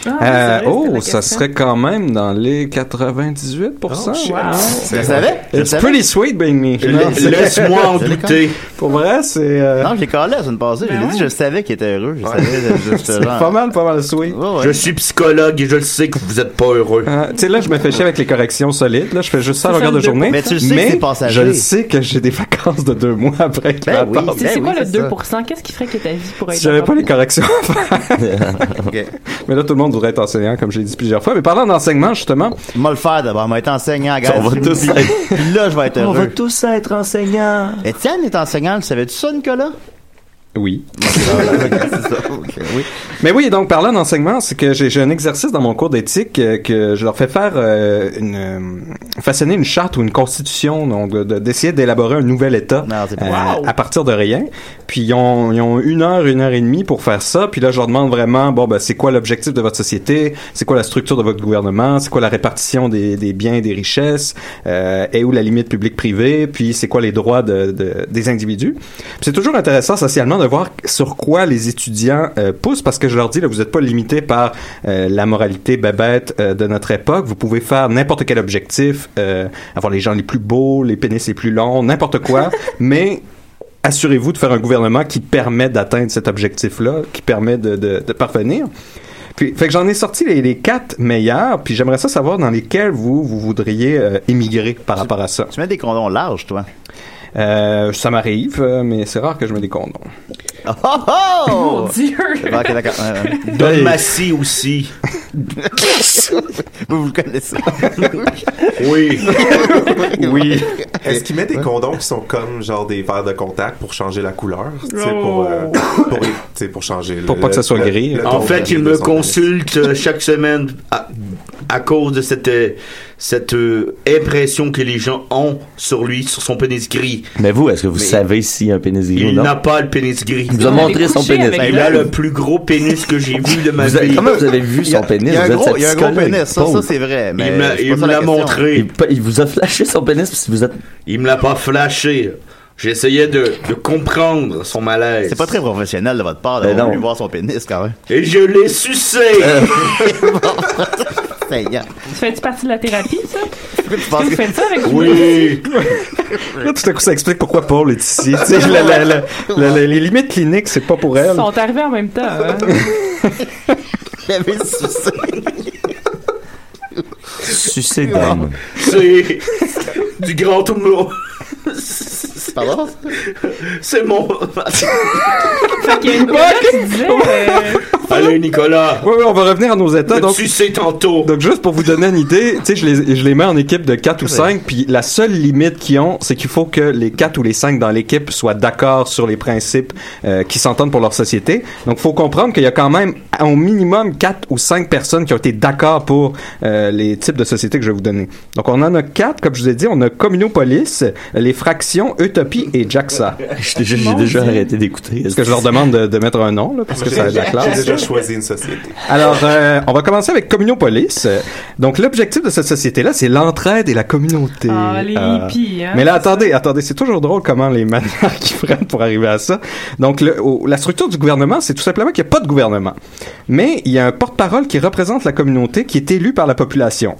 S6: Ah,
S7: Ah,
S3: Euh, oh, ça serait quand même dans les 98%.
S8: Oh, shit.
S3: Wow.
S6: Tu le Ah, savais? Tu le
S3: It's
S6: savais?
S3: pretty sweet, baby. Non,
S5: La-
S3: c'est-
S5: Laisse-moi en
S6: Je l'ai
S5: douter.
S3: Pour vrai, c'est euh,
S6: Non, j'ai calé la semaine passée.
S7: Ben
S6: Je l'ai dit, je savais qu'il était heureux. Je savais, je- je-
S3: c'est
S6: j'étais genre-
S3: pas mal, pas mal sweet.
S6: Ouais, ouais.
S5: Je suis psychologue et je le sais que vous n'êtes pas heureux.
S3: Euh, tu sais, là, je me fais chier avec les corrections solides. Là, je fais juste ça à longueur de
S4: ça, le
S3: journée.
S6: Mais tu le sais que c'est passager.
S3: je le sais que j'ai des vacances de deux mois après que
S6: Ben
S3: ma tante-
S6: oui,
S4: C'est c'est
S6: Ben
S4: quoi
S6: oui,
S4: le
S6: c'est ça.
S4: 2 Qu'est-ce qui ferait que ta vie pourrait être.
S3: Si j'avais pas les
S4: encore
S3: corrections à faire.
S6: Ok.
S3: Mais là, tout le monde voudrait être enseignant, comme je l'ai dit plusieurs fois. Mais parlant d'enseignement, justement,
S6: Moi le faire d'abord, moi être enseignant, gars.
S7: On va tous être-
S6: Puis là, je vais être
S7: On va
S6: heureux.
S7: tous être enseignants.
S6: Étienne est enseignant, le savais-tu ça, Nicolas?
S3: oui.
S6: c'est ça. ok, Oui.
S3: Mais oui, donc parlant d'enseignement, c'est que j'ai j'ai un exercice dans mon cours d'éthique euh, que je leur fais faire euh, une euh, façonner une charte ou une constitution, donc de- de- d'essayer d'élaborer un nouvel État euh,
S6: Non, c'est pas- Wow!
S3: à partir de rien. Puis ils ont, ils ont une heure, une heure et demie pour faire ça. Puis là, je leur demande vraiment, bon, ben, c'est quoi l'objectif de votre société, c'est quoi la structure de votre gouvernement, c'est quoi la répartition des, des biens et des richesses, euh, et où la limite publique-privée, puis c'est quoi les droits de- de- des individus. Puis C'est toujours intéressant socialement de voir sur quoi les étudiants euh, poussent parce que je leur dis là, vous n'êtes pas limité par euh, la moralité babette euh, de notre époque. Vous pouvez faire n'importe quel objectif, euh, avoir les gens les plus beaux, les pénis les plus longs, n'importe quoi, mais assurez-vous de faire un gouvernement qui permet d'atteindre cet objectif-là, qui permet de, de- de parvenir. Puis, fait que j'en ai sorti les, les quatre meilleurs, puis j'aimerais ça savoir dans lesquels vous, vous voudriez euh, émigrer par rapport à ça.
S6: Tu mets des condoms larges, toi.
S3: Euh, ça m'arrive, euh, mais c'est rare que je me décondome.
S6: Oh, oh!
S4: Mon Dieu!
S6: Bon, ok, d'accord. Ouais, ouais.
S3: Ben
S5: Don Massy aussi.
S6: Vous, vous le connaissez.
S5: Oui.
S3: Oui.
S8: Est-ce qu'ils mettent des condoms qui sont comme genre des verres de contact pour changer la couleur? Tu sais, pour, euh, pour, tu sais, pour changer le-
S3: Pour pas que ça soit
S6: Euh,
S8: le-
S3: gris.
S7: euh,
S3: hein.
S8: le
S5: En
S8: ton
S5: fait,
S8: gris
S5: il
S8: de
S5: me
S8: son pénis.
S5: consulte euh, chaque semaine à, à cause de cette, euh, cette euh, impression que les gens ont sur lui, sur son pénis gris.
S7: Mais vous, est-ce que vous savez si un pénis gris ou
S5: Il
S7: non?
S5: n'a pas le pénis gris.
S7: Il vous a
S4: On allait
S7: montré son
S4: coucher
S7: pénis.
S4: avec
S5: Il a le plus gros pénis que j'ai vu de ma
S7: Vous avez-
S5: vie.
S7: comment vous avez vu
S6: Il y a-
S7: son pénis?
S6: Il y a un
S7: Vous êtes
S6: gros, il y a un gros
S7: psychologue,
S6: pénis, ça, ça
S7: Paul.
S6: c'est vrai.
S5: Il
S6: Mais
S5: me-
S6: c'est
S5: il
S6: pas ça la
S5: me l'a
S6: question.
S5: montré.
S7: Il, pa- il vous a flashé son pénis puis si vous êtes
S5: Il me l'a pas flashé. J'essayais de, de comprendre son malaise.
S6: C'est pas très professionnel de votre part
S7: Ben
S6: d'avoir
S7: non.
S6: voulu voir son pénis quand même.
S5: Et je l'ai sucé.
S6: Seigneur.
S4: Tu fais-tu partie de la thérapie, ça?
S6: Pourquoi tu
S4: Est-ce que Vous
S6: penses que-
S4: faites ça avec
S5: oui.
S3: Là, tout à coup, ça explique pourquoi Paul est ici. Tu sais, la- la- la- la- la- les limites cliniques, c'est pas pour
S4: Ils
S3: elle.
S4: sont arrivés en même temps. hein?
S6: Il avait sucé.
S7: sucé d'homme.
S5: C'est du grand mot.
S6: Je Pardon?
S5: C'est mon.
S4: Fait qu'il y a une période, tu disais, euh,
S5: Allez, Nicolas.
S3: Oui, oui, on va revenir à nos états.
S5: Le
S3: Donc,
S5: sucer tantôt.
S3: Donc, juste pour vous donner une idée, tu sais, je les, je les mets en équipe de 4 ou 5, puis la seule limite qu'ils ont, c'est qu'il faut que les 4 ou les 5 dans l'équipe soient d'accord sur les principes euh, qui s'entendent pour leur société. Donc, faut comprendre qu'il y a quand même au minimum 4 ou 5 personnes qui ont été d'accord pour euh, les types de sociétés que je vais vous donner. Donc, on en a 4, comme je vous ai dit, on a Communopolis, les fractions, Utopie et Jaxa.
S7: J'ai déjà, j'ai déjà arrêté d'écouter.
S3: Est-ce que je leur demande de, de mettre un nom, là, parce que ça a de la classe?
S8: J'ai déjà choisi une société.
S3: Alors, euh, on va commencer avec Communopolis. Euh, Donc, l'objectif de cette société-là, c'est l'entraide et la communauté.
S4: Ah, les
S3: Euh,
S4: hippies, hein.
S3: Mais là, attendez, attendez, c'est toujours drôle comment les manières qui prennent pour arriver à ça. Donc, le- au- la structure du gouvernement, c'est tout simplement qu'il n'y a pas de gouvernement. Mais il y a un porte-parole qui représente la communauté, qui est élu par la population.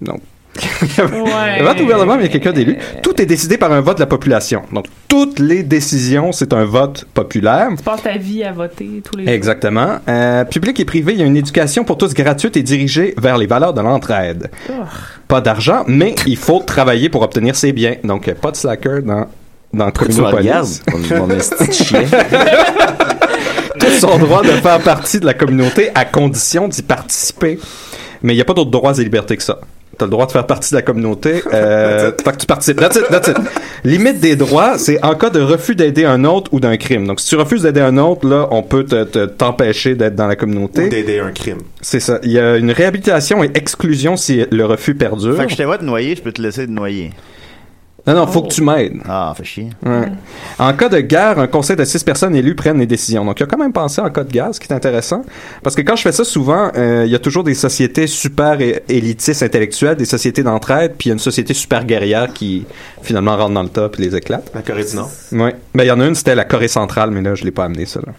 S3: Donc,
S4: Ouais.
S3: Devant tout gouvernement, mais il y a quelqu'un d'élu. Tout est décidé par un vote de la population. Donc, toutes les décisions, c'est un vote populaire.
S4: Tu passes ta vie à voter tous les jours.
S3: Exactement. Euh, public et privé, il y a une éducation pour tous gratuite et dirigée vers les valeurs de l'entraide. Pas d'argent, mais il faut travailler pour obtenir ses biens. Donc, euh, pas de slacker dans, dans
S7: Pourquoi tu me regardes?
S3: Communopolis.
S7: Mon, mon esti de chien.
S3: Tous ont droit de faire partie de la communauté à condition d'y participer. Mais il n'y a pas d'autres droits et libertés que ça. T'as le droit de faire partie de la communauté, euh, tant que tu participes. That's it, that's it. Limite des droits, c'est en cas de refus d'aider un autre ou d'un crime. Donc, si tu refuses d'aider un autre, là, on peut te- te- t'empêcher d'être dans la communauté.
S8: Ou d'aider un crime.
S3: C'est ça. Il y a une réhabilitation et exclusion si le refus perdure.
S6: Fait que je te vois te noyer, je peux te laisser te noyer.
S3: Non, non, faut que tu m'aides.
S6: Ah, fait chier.
S3: Ouais. En cas de guerre, un conseil de six personnes élues prennent les décisions. Donc, il a quand même pensé en cas de guerre, ce qui est intéressant. Parce que quand je fais ça, souvent, euh, il y a toujours des sociétés super é- élitistes intellectuelles, des sociétés d'entraide, puis il y a une société super guerrière qui, finalement, rentre dans le top et les éclate.
S8: La Corée du Nord.
S3: Oui. Ben, il y en a une, c'était la Corée centrale, mais là, je l'ai pas amené, ça, là.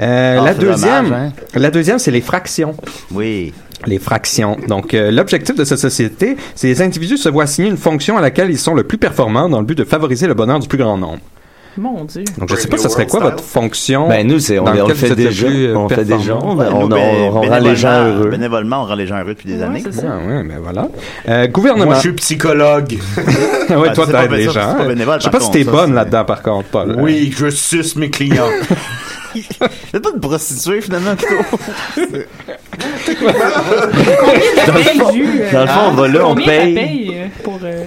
S3: Euh,
S7: Oh,
S6: Ah,
S3: la,
S6: c'est
S3: deuxième,
S6: dommage, hein.
S3: la deuxième, c'est les fractions.
S6: Oui.
S3: Les fractions. Donc, euh, l'objectif de cette société, c'est les individus se voient assigner une fonction à laquelle ils sont le plus performants dans le but de favoriser le bonheur du plus grand nombre.
S4: Mon Dieu.
S3: Donc, je sais
S8: Brave
S3: pas,
S8: New
S3: ça serait
S8: World
S3: quoi
S8: style.
S3: votre fonction?
S7: Ben, nous, c'est, on,
S3: dans
S7: on le
S3: lequel
S7: fait
S3: vous êtes le
S7: déjà.
S3: plus, euh,
S7: On le fait déjà.
S3: performant?
S7: On,
S6: Ben,
S7: on,
S6: nous, bé-
S7: on rend les gens
S6: bénévolement-
S7: heureux.
S6: Bénévolement, on rend les gens heureux depuis des années.
S4: Ouais, c'est ça.
S3: Ah, ouais, ben voilà. Euh, gouvernement.
S5: Moi, je suis psychologue.
S3: ouais,
S6: Ah,
S3: toi,
S6: c'est
S3: t'aides
S6: pas-
S3: les
S6: ça, c'est
S3: gens. hein.
S6: pas bénévole,
S3: je sais
S6: par
S3: pas si t'es
S6: contre, ça,
S3: bonne
S6: c'est-
S3: là-dedans, par contre, Paul.
S5: Oui, je suce mes clients.
S6: Vous êtes pas de prostituée, finalement, plutôt.
S7: Dans le
S4: Paye
S7: fond-
S4: du, euh,
S7: Dans le fond, on va là, on
S4: combien ça
S7: paye.
S4: euh, pour, euh,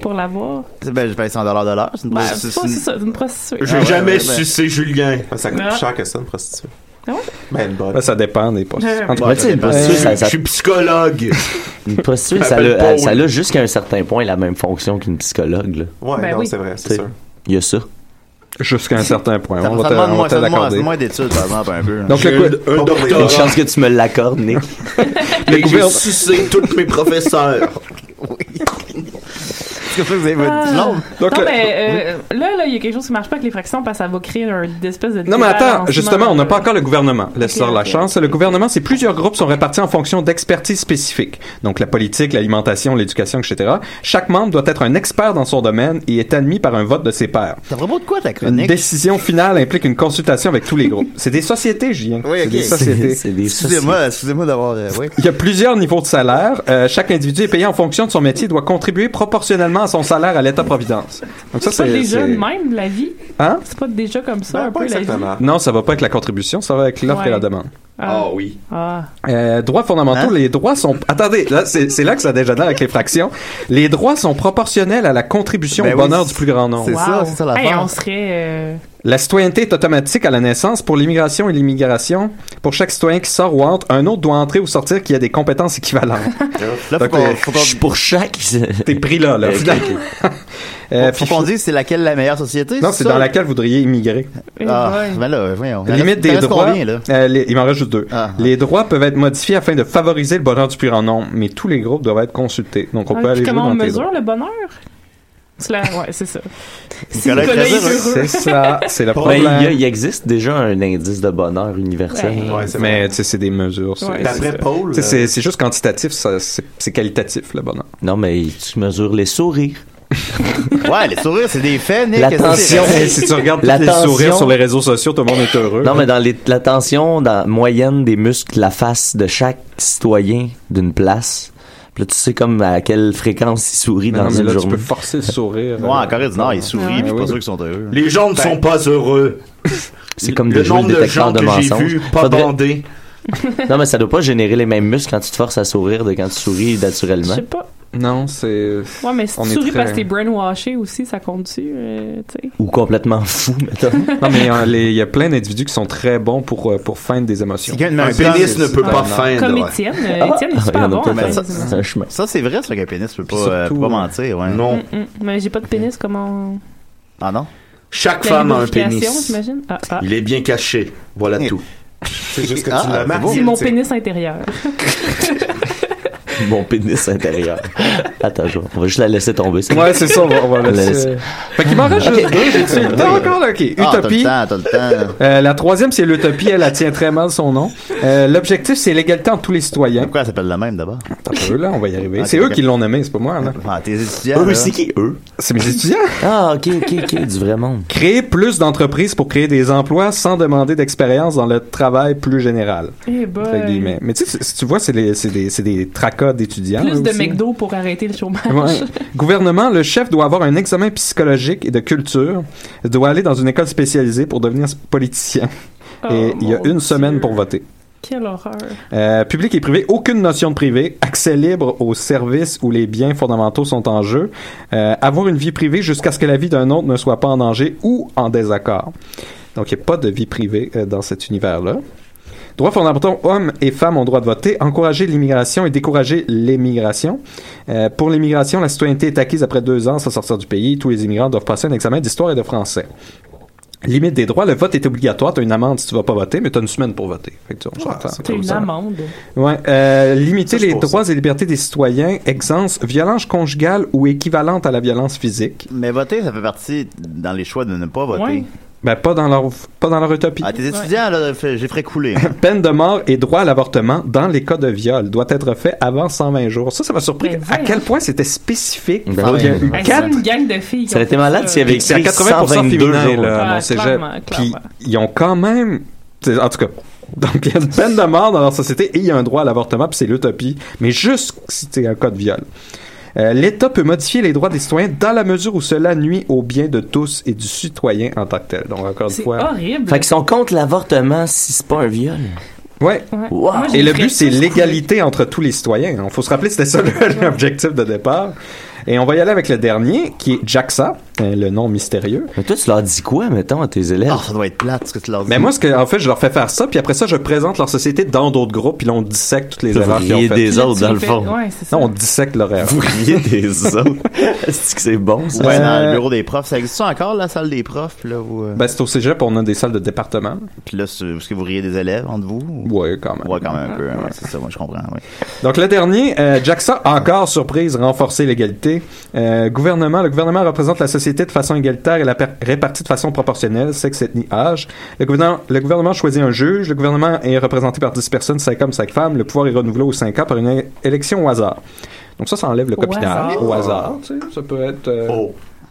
S4: pour l'avoir?
S6: ben, je paye 100 de l'heure. C'est une
S4: Ben,
S6: prostituée.
S4: c'est pas- c'est ça, c'est une prostituée.
S5: J'ai
S6: ouais,
S5: jamais
S6: ouais, ben.
S5: sucé Julien.
S8: Ça coûte
S4: Ah.
S8: plus cher que ça, une prostituée.
S4: Ah ouais?
S8: Ben, une
S3: Ben,
S8: bonne.
S3: ça dépend des postes.
S4: Ouais,
S3: En tout
S7: Ouais, tu sais, une prostituée, ça,
S5: Je
S7: ça,
S5: suis psychologue.
S7: une prostituée, ça,
S5: Appelle
S7: l'a-
S5: Paul.
S7: ça a jusqu'à un certain point la même fonction qu'une psychologue. là.
S8: Ouais,
S4: Ben
S8: non,
S4: oui.
S8: c'est vrai, c'est
S7: C'est-
S8: sûr.
S7: Il y a ça.
S3: cas, Jusqu'à un certain point.
S6: Ça
S3: On va
S6: ça
S3: te-
S6: demande
S3: on va
S6: moins-
S3: te
S6: ça demande
S3: l'accorder.
S6: moins d'études, par exemple, un peu. hein.
S3: Donc,
S5: J'ai
S3: le,
S5: un,
S3: gou-
S5: un
S7: Une
S5: doctorat.
S7: chance que tu me l'accordes, Nick.
S3: le
S5: Et J'ai
S3: gouvernement-
S5: sucé tous mes professeurs.
S6: C'est pour ça que vous avez votre diplôme.
S3: Donc,
S4: Ah. non,
S3: le-
S4: mais euh, là, là, il y a quelque chose qui marche pas avec les fractions parce que ça va créer un espèce de.
S3: Non, mais attends,
S4: débalancement,
S3: justement, on n'a pas
S4: euh,
S3: encore le gouvernement. Laisse leur
S4: Ok,
S3: la
S4: ok.
S3: chance. Le gouvernement, c'est plusieurs groupes sont répartis en fonction d'expertises spécifiques. Donc, la politique, l'alimentation, l'éducation, etc. Chaque membre doit être un expert dans son domaine et est admis par un vote de ses pairs.
S6: T'as vraiment de quoi, ta
S3: Une
S6: chronique?
S3: décision finale implique une consultation avec tous les groupes. C'est des sociétés, Julien.
S6: Oui,
S3: C'est
S6: ok.
S3: des
S7: C'est
S3: sociétés.
S7: c'est des
S6: Excusez-moi, excusez-moi d'avoir... euh, oui.
S3: Il y a plusieurs niveaux de salaire. Euh, chaque individu est payé en fonction de son métier et doit contribuer proportionnellement à son salaire à l'État-providence. Donc ça,
S4: C'est pas
S3: c'est...
S4: déjà
S3: c'est-
S4: de même la vie?
S3: Hein?
S4: C'est pas déjà comme ça
S8: Ben,
S4: un
S8: pas
S4: peu la vie?
S8: exactement.
S3: Non, ça va pas avec la contribution, ça va avec l'offre
S4: Ouais.
S3: et la demande.
S4: Ah,
S5: oui.
S4: ah.
S3: Euh, droits fondamentaux,
S6: Hein?
S3: les droits sont... Attendez, là, c'est c'est là que ça dégénère avec les fractions. Les droits sont proportionnels à la contribution
S6: Ben
S3: au
S6: oui,
S3: bonheur
S6: c'est-
S3: du plus grand nombre.
S6: C'est ça,
S4: Wow.
S6: c'est ça l'affaire.
S4: Hey, on serait. euh,
S3: La citoyenneté est automatique à la naissance pour l'immigration et l'immigration. Pour chaque citoyen qui sort ou entre, un autre doit entrer ou sortir qui a des compétences équivalentes.
S6: Là, faut
S3: Donc,
S6: qu'on
S3: euh,
S6: faut qu'on-
S7: Je- Pour chaque.
S3: T'es pris là, là.
S7: Ok,
S3: Euh,
S6: faut
S3: puis-
S6: qu'on dise c'est laquelle la meilleure société.
S3: non, c'est
S6: ça?
S3: dans laquelle vous voudriez immigrer.
S4: eh
S6: Ah,
S4: boy.
S6: ben là, voyons. T'en
S3: Limite
S6: restes-
S3: des
S6: t'en restes
S3: droits.
S6: combien, là?
S3: euh, les- il m'en reste juste deux.
S6: Ah.
S3: Les droits peuvent être modifiés afin de favoriser le bonheur du plus grand nombre, mais tous les groupes doivent être consultés. Donc on
S4: Ah,
S3: peut
S4: puis
S3: aller jouer
S4: comment on
S3: dans tes
S4: mesure
S3: droits.
S4: le bonheur? C'est la... Ouais, c'est ça. Si
S6: Nicolas est
S4: Nicolas
S6: très
S4: est
S6: heureux.
S4: heureux.
S3: C'est ça, Ah, c'est le
S7: Ben, il, y
S3: problème.
S7: a- il existe déjà un indice de bonheur universel.
S4: Ouais.
S8: Ouais, c'est
S3: Mais
S8: vrai.
S3: tu sais, c'est des mesures. c'est-
S4: Ouais,
S3: c'est-
S8: D'après Paul.
S3: tu sais,
S8: euh,
S3: C'est c'est juste quantitatif, ça, c'est c'est qualitatif le bonheur.
S7: Non, mais tu mesures les sourires.
S6: Ouais, les sourires, c'est Eh, des faits, Nick.
S7: L'attention.
S6: Qu'est-ce que
S3: Et si tu regardes
S7: La
S3: tous les sourires
S7: tension-
S3: sur les réseaux sociaux, tout le monde est heureux.
S7: Non, mais dans les- la tension dans, moyenne des muscles, la face de chaque citoyen d'une place. Puis Puis là, tu sais comme à quelle fréquence ils sourient
S3: Mais
S7: dans
S3: non, mais
S7: une
S3: là, tu
S7: journée.
S3: peux forcer le sourire. euh,
S6: Ouais, en Corée du Nord, ils sourient, puis je suis pas sûr qu'ils sont heureux.
S5: Les gens ne
S6: Ben,
S5: sont pas heureux.
S7: C'est comme
S5: le
S7: de jouer
S5: nombre
S7: le
S5: de
S7: détecteur
S5: gens
S7: de
S5: que j'ai
S7: mensonges.
S5: vus pas
S7: Faudrait-
S5: bandés.
S7: Non, mais ça doit pas générer les mêmes muscles quand tu te forces à sourire de quand tu souris
S4: Je
S7: naturellement.
S4: sais pas.
S3: Non, c'est.
S4: Ouais, mais si
S7: On
S4: tu
S7: est
S4: souris
S7: très-
S4: parce que t'es brainwashé aussi, ça compte-tu? euh, tu sais?
S7: Ou complètement fou, mettons.
S3: non, mais euh, les- il y a plein d'individus qui sont très bons pour, euh, pour feindre des émotions.
S6: Quelqu'un de met Un un pénis pénis, ne peut pas feindre,
S4: Comme ouais. Étienne,
S3: Ah,
S4: euh, Étienne est super bon, en fait. C'est un
S6: chemin. Ça, c'est vrai, ça, qu'un pénis peut pas,
S5: Puis
S6: euh,
S5: surtout,
S6: pas mentir, ouais.
S5: Non.
S4: Mm, Mais j'ai pas de pénis, comment.
S6: Ah non?
S5: Chaque
S4: La
S5: femme a un
S4: lubrification,
S5: pénis.
S4: j'imagine? Ah, ah.
S5: Il est bien caché. Voilà tout.
S8: C'est juste
S4: Ah, ah, C'est mon pénis intérieur.
S7: Mon pénis intérieur. Attends, je- on va juste la laisser tomber.
S3: Ouais, c'est ça, on va, on va laisser. Fait qu'il m'en reste
S7: Ok.
S3: juste deux, j'ai-tu le temps
S7: Oui.
S3: encore? Ok,
S7: Ah,
S3: Utopie.
S7: t'as
S6: le temps, t'as le temps.
S3: Euh, la troisième, c'est l'utopie, elle, elle tient très mal son nom. Euh, L'objectif, c'est l'égalité entre tous les citoyens.
S6: Pourquoi elle s'appelle la même d'abord?
S3: Attends un peu, là, on va y arriver.
S6: Ah,
S3: c'est
S6: ok,
S3: eux
S6: ok.
S3: qui l'ont nommé, c'est pas moi, là.
S6: Ah, tes étudiants. là.
S7: eux?
S3: C'est mes étudiants.
S7: Ah, ok, ok, ok, du vrai monde.
S3: Créer plus d'entreprises pour créer des emplois sans demander d'expérience dans le travail plus général.
S4: Eh
S3: Entre
S4: boy.
S3: guillemets. Mais tu sais, si tu vois, c'est les- c'est des, c'est des tracas d'étudiants. là,
S4: Plus de
S3: aussi.
S4: McDo pour arrêter le chômage.
S3: Ouais. Gouvernement, le chef doit avoir un examen psychologique et de culture, doit aller dans une école spécialisée pour devenir politicien.
S4: Oh,
S3: et il y a
S4: mon
S3: une semaine
S4: Dieu.
S3: pour voter.
S4: Quelle horreur.
S3: Euh, public et privé, aucune notion de privé, accès libre aux services où les biens fondamentaux sont en jeu, euh, avoir une vie privée jusqu'à ce que la vie d'un autre ne soit pas en danger ou en désaccord. Donc, il n'y a pas de vie privée euh, dans cet univers-là. Droits fondamentaux, hommes et femmes ont droit de voter, encourager l'immigration et décourager l'émigration. Euh, pour l'immigration, la citoyenneté est acquise après deux ans sans sortir du pays. Tous les immigrants doivent passer un examen d'histoire et de français. Limite des droits, le vote est obligatoire. Tu as une amende si tu vas pas voter, mais tu as une semaine pour voter. Fait que tu- on
S7: Ah,
S3: s'entend.
S4: T'as une
S3: Ça.
S4: amende.
S3: Ouais, euh, limiter les droits et libertés des citoyens, exempts, violence conjugale ou équivalente à la violence physique.
S6: Mais voter, ça fait partie dans les choix de ne pas voter.
S3: Ben, pas dans leur, pas dans leur utopie.
S6: Ah, tes étudiants, là, fait- j'ai ferait couler. hein.
S3: Peine de mort et droit à l'avortement dans les cas de viol doit être fait avant 120 jours. Ça, ça m'a surpris à quel point c'était spécifique.
S7: Ben
S3: Il y a
S7: oui.
S3: eu
S7: Ben,
S3: quatre-
S4: C'est une gang de filles. qui
S7: Ça
S4: ont
S7: aurait
S4: fait
S7: été
S4: euh,
S7: malade s'il y avait
S3: Puis c'est à
S7: écrit
S3: 80%
S7: 122
S3: féminin,
S7: jours.
S3: là, à mon
S4: Ouais,
S3: cégep.
S4: clairement,
S3: Puis ils ont quand même. c'est- En tout cas. Donc, il y a une peine de mort dans leur société et il y a un droit à l'avortement, puis c'est l'utopie, mais juste si c'est un cas de viol. Euh, L'État peut modifier les droits des citoyens dans la mesure où cela nuit au bien de tous et du citoyen en tant que tel. Donc, encore une fois.
S4: horrible.
S7: Fait qu'ils sont contre l'avortement si c'est pas un viol.
S3: Ouais.
S7: Wow. Moi, j'ai
S3: Et le
S7: fait
S3: but, c'est
S7: ça, je
S3: l'égalité entre tous les citoyens. Il faut se rappeler, c'était ça le- l'objectif de départ. Et on va y aller avec le dernier, qui est JAXA, euh, le nom mystérieux.
S7: Mais toi, tu leur dis quoi, mettons, à tes élèves?
S6: Ah, ça doit être plate, ce que tu leur dis.
S3: Mais moi, ce que, en fait, je leur fais faire ça, puis après ça, je présente leur société dans d'autres groupes, puis là, on dissèque toutes les
S7: Vous
S3: erreurs qu'ils ont
S7: riez
S3: faites.
S7: des autres, dans le fond. Ouais, c'est ça.
S3: non, on dissèque leur erreur.
S7: Vous riez des autres. Est-ce que c'est bon, ça?
S6: Ouais, dans le bureau des profs. Ça existe encore, la salle des profs? puis Là, où, euh,
S3: Euh, Ben, c'est au cégep, on a des salles de département.
S6: Puis là, c'est- est-ce que vous riez des élèves entre vous? ou-
S3: Ouais, quand même.
S6: Ouais, quand même un peu. hein, ouais, c'est ça, moi, je comprends. ouais.
S3: Donc, le dernier, euh, Jackson, encore surprise, renforcer l'égalité. Euh, gouvernement, le gouvernement représente la société de façon égalitaire et la per- répartie de façon proportionnelle, sexe, ethnie, âge. Le gouvernement, le gouvernement choisit un juge. Le gouvernement est représenté par 10 personnes, 5 hommes, 5 femmes. Le pouvoir est renouvelé aux 5 ans par une é- élection au hasard. Donc, ça, ça enlève le
S8: Au
S3: copinage
S8: hasard.
S3: au hasard. tu sais, ça peut être. euh,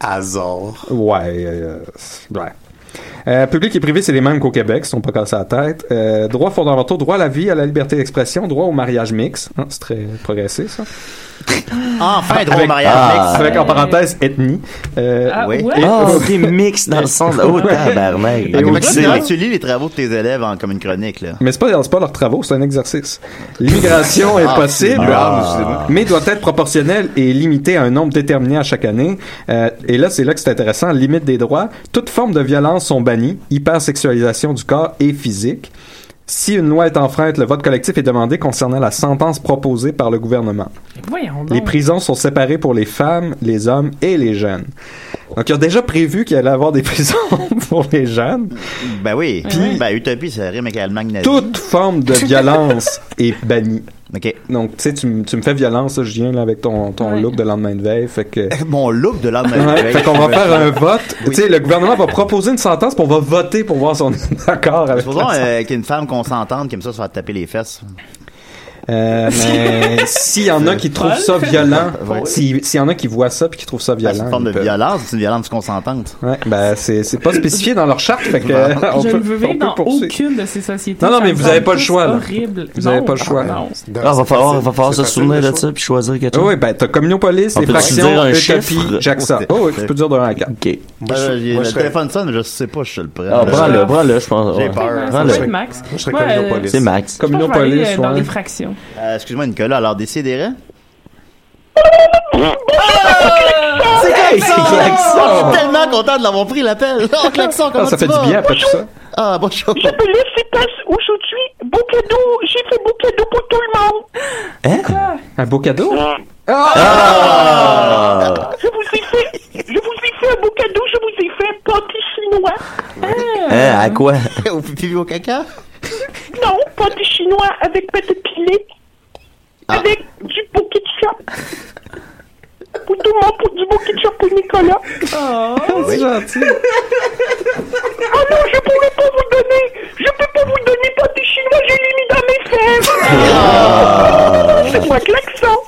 S8: Hazard.
S3: Ouais, euh, c'est- ouais. Euh, public et privé, c'est les mêmes qu'au Québec, ils sont pas cassés la tête. Euh, droits fondamentaux, droit à la vie, à la liberté d'expression, droit au mariage mixte. Hein, c'est très progressé, ça.
S6: Enfin, droit
S3: Avec-
S6: au mariage
S3: ah,
S6: mixte.
S3: Avec en parenthèse, ethnie. Euh,
S6: Ah, ouais?
S3: et-
S6: Ah,
S7: ok, mixte dans le sens de- oh, tabarnak.
S3: Et
S6: Ah,
S3: au-
S6: mais tu lis- tu lis les travaux de tes élèves en- comme une chronique, là.
S3: Mais c'est pas, c'est pas leur travaux, c'est un exercice. L'immigration est
S6: Ah,
S3: possible,
S6: c'est ah.
S3: mais doit être proportionnelle et limitée à un nombre déterminé à chaque année. Euh, et là, c'est là que c'est intéressant. Limite des droits. Toutes formes de violence sont bannies. Hypersexualisation du corps et physique. Si une loi est enfreinte, le vote collectif est demandé concernant la sentence proposée par le gouvernement.
S4: Voyons donc.
S3: Les prisons sont séparées pour les femmes, les hommes et les jeunes. Donc, ils ont déjà prévu qu'il allait y avoir des prisons pour les jeunes.
S6: Ben oui.
S3: Puis-
S6: ben, Utopie, ça rime avec l'Allemagne nazie.
S3: Toute forme de violence est bannie.
S6: OK.
S3: Donc, tu sais, tu m- tu me fais violence, là, je viens là, avec ton, ton look de lendemain de veille. Fait que.
S6: Eh, Mon look de l'homme
S3: Ouais, fait qu'on va faire un vote. Tu sais, le gouvernement va proposer une sentence, puis on va voter pour voir si on est d'accord avec
S6: Supposons
S3: la
S6: euh, qu'il y a une femme qu'on s'entende qui aime ça se faire taper les fesses.
S3: Euh, mais s'il y en a qui trouvent ça violent,
S6: Ouais.
S3: si- s'il y en a qui voient ça puis qui trouvent ça
S6: Ben,
S3: violent.
S6: c'est une forme
S3: ils
S6: de
S3: peuvent.
S6: violence, c'est une violence consentante. Bah,
S3: Ouais, ben c'est c'est pas spécifié dans leur charte, fait que euh, on
S4: je
S3: peut,
S4: ne veux
S3: on
S4: vivre
S3: peut
S4: dans
S3: poursuivre.
S4: aucune de ces sociétés.
S3: Non, non,
S4: Ça
S3: mais
S4: me
S3: vous
S4: semble
S3: avez pas le
S4: tous
S3: choix, là.
S4: horrible.
S3: Vous avez
S4: Non,
S3: pas le choix.
S4: non.
S7: Ah, va falloir, va falloir se souvenir de ça puis choisir quelque chose.
S3: Oui, ben, t'as Communopolis,
S7: On
S3: les
S7: peut-tu
S3: fractions,
S7: dire un
S3: Utopie,
S7: chiffre?
S3: Jackson. Oh, oui, tu peux dire de 1 à 4.
S7: OK.
S6: Moi,
S3: je- moi,
S6: je, Ben, le
S3: je serais-
S6: téléphone sonne, je sais pas, si je le prends.
S7: Ah, prends-le, prends-le, je pense.
S6: J'ai
S7: ouais.
S6: peur.
S7: Prends-le.
S6: Moi, je-
S4: Max.
S6: moi, je serais
S4: Moi,
S6: Communopolis.
S4: euh,
S7: C'est Max.
S4: Moi, je vais aller, euh, dans
S6: ouais.
S4: les fractions.
S6: Euh, Excuse-moi, Nicolas, alors décidérez.
S7: C'est
S6: Klaxon!
S7: Klaxon!
S6: Je suis tellement content de l'avoir pris l'appel. Oh, Klaxon, comment
S3: Ah, ça
S6: tu
S3: fait
S6: vas?
S3: du bien après tout ça.
S6: Ah, bonjour.
S1: Je me laisse les passes aujourd'hui. Beau cadeau. J'ai fait beau cadeau pour tout le monde.
S3: Hein? Un beau cadeau?
S1: Ah! Je vous ai fait, je vous ai fait un beau cadeau. Je vous ai fait un pâté chinois.
S4: Euh,
S3: Eh,
S1: Ah.
S7: Hein,
S3: ah,
S7: à quoi?
S6: Euh, Au pipi au caca?
S1: Non, pâté chinois avec pâte pilée.
S7: Ah.
S1: Avec du beau ketchup. Pour tout le monde, pour du beau ketchup pour Nicolas.
S4: Oh,
S6: c'est
S3: gentil.
S1: Ah non, je pourrais pas vous donner. Je peux pas vous donner pâté chinois. Je l'ai mis dans mes
S7: Ah.
S1: fesses. C'est moi, klaxon.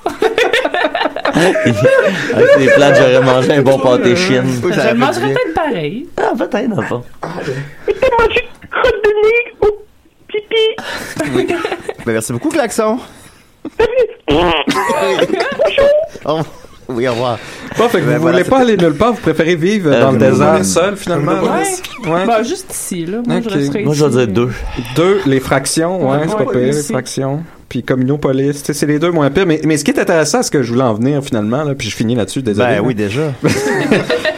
S7: Avec les plates, j'aurais mangé un bon pâté chien.
S4: Je le mangerais peut-être pareil.
S7: Ah, peut-être, dans le fond.
S1: T'as mangé une crotte de nez au pipi.
S6: Ben, merci beaucoup, Klaxon. Oh, oui, au revoir.
S3: Bon, fait que
S6: Ben,
S3: vous
S6: voilà,
S3: voulez pas aller nulle part, vous préférez vivre dans le
S7: Euh,
S3: désert
S7: oui.
S3: seul, finalement?
S4: Ouais.
S3: Ouais.
S4: Bah, juste ici, là. Moi, je
S3: Ok.
S4: resterais
S7: Moi,
S4: ici.
S7: je vais dire deux.
S3: Deux, les fractions, ouais,
S4: Ouais,
S3: c'est
S4: ouais,
S3: pas pire, les
S4: aussi.
S3: fractions. Puis Communopolis, tu sais, c'est les deux moins pires. Mais, mais ce qui est intéressant, c'est que je voulais en venir finalement, là, puis je finis là-dessus, désolé.
S6: Ben
S3: là.
S6: oui, déjà.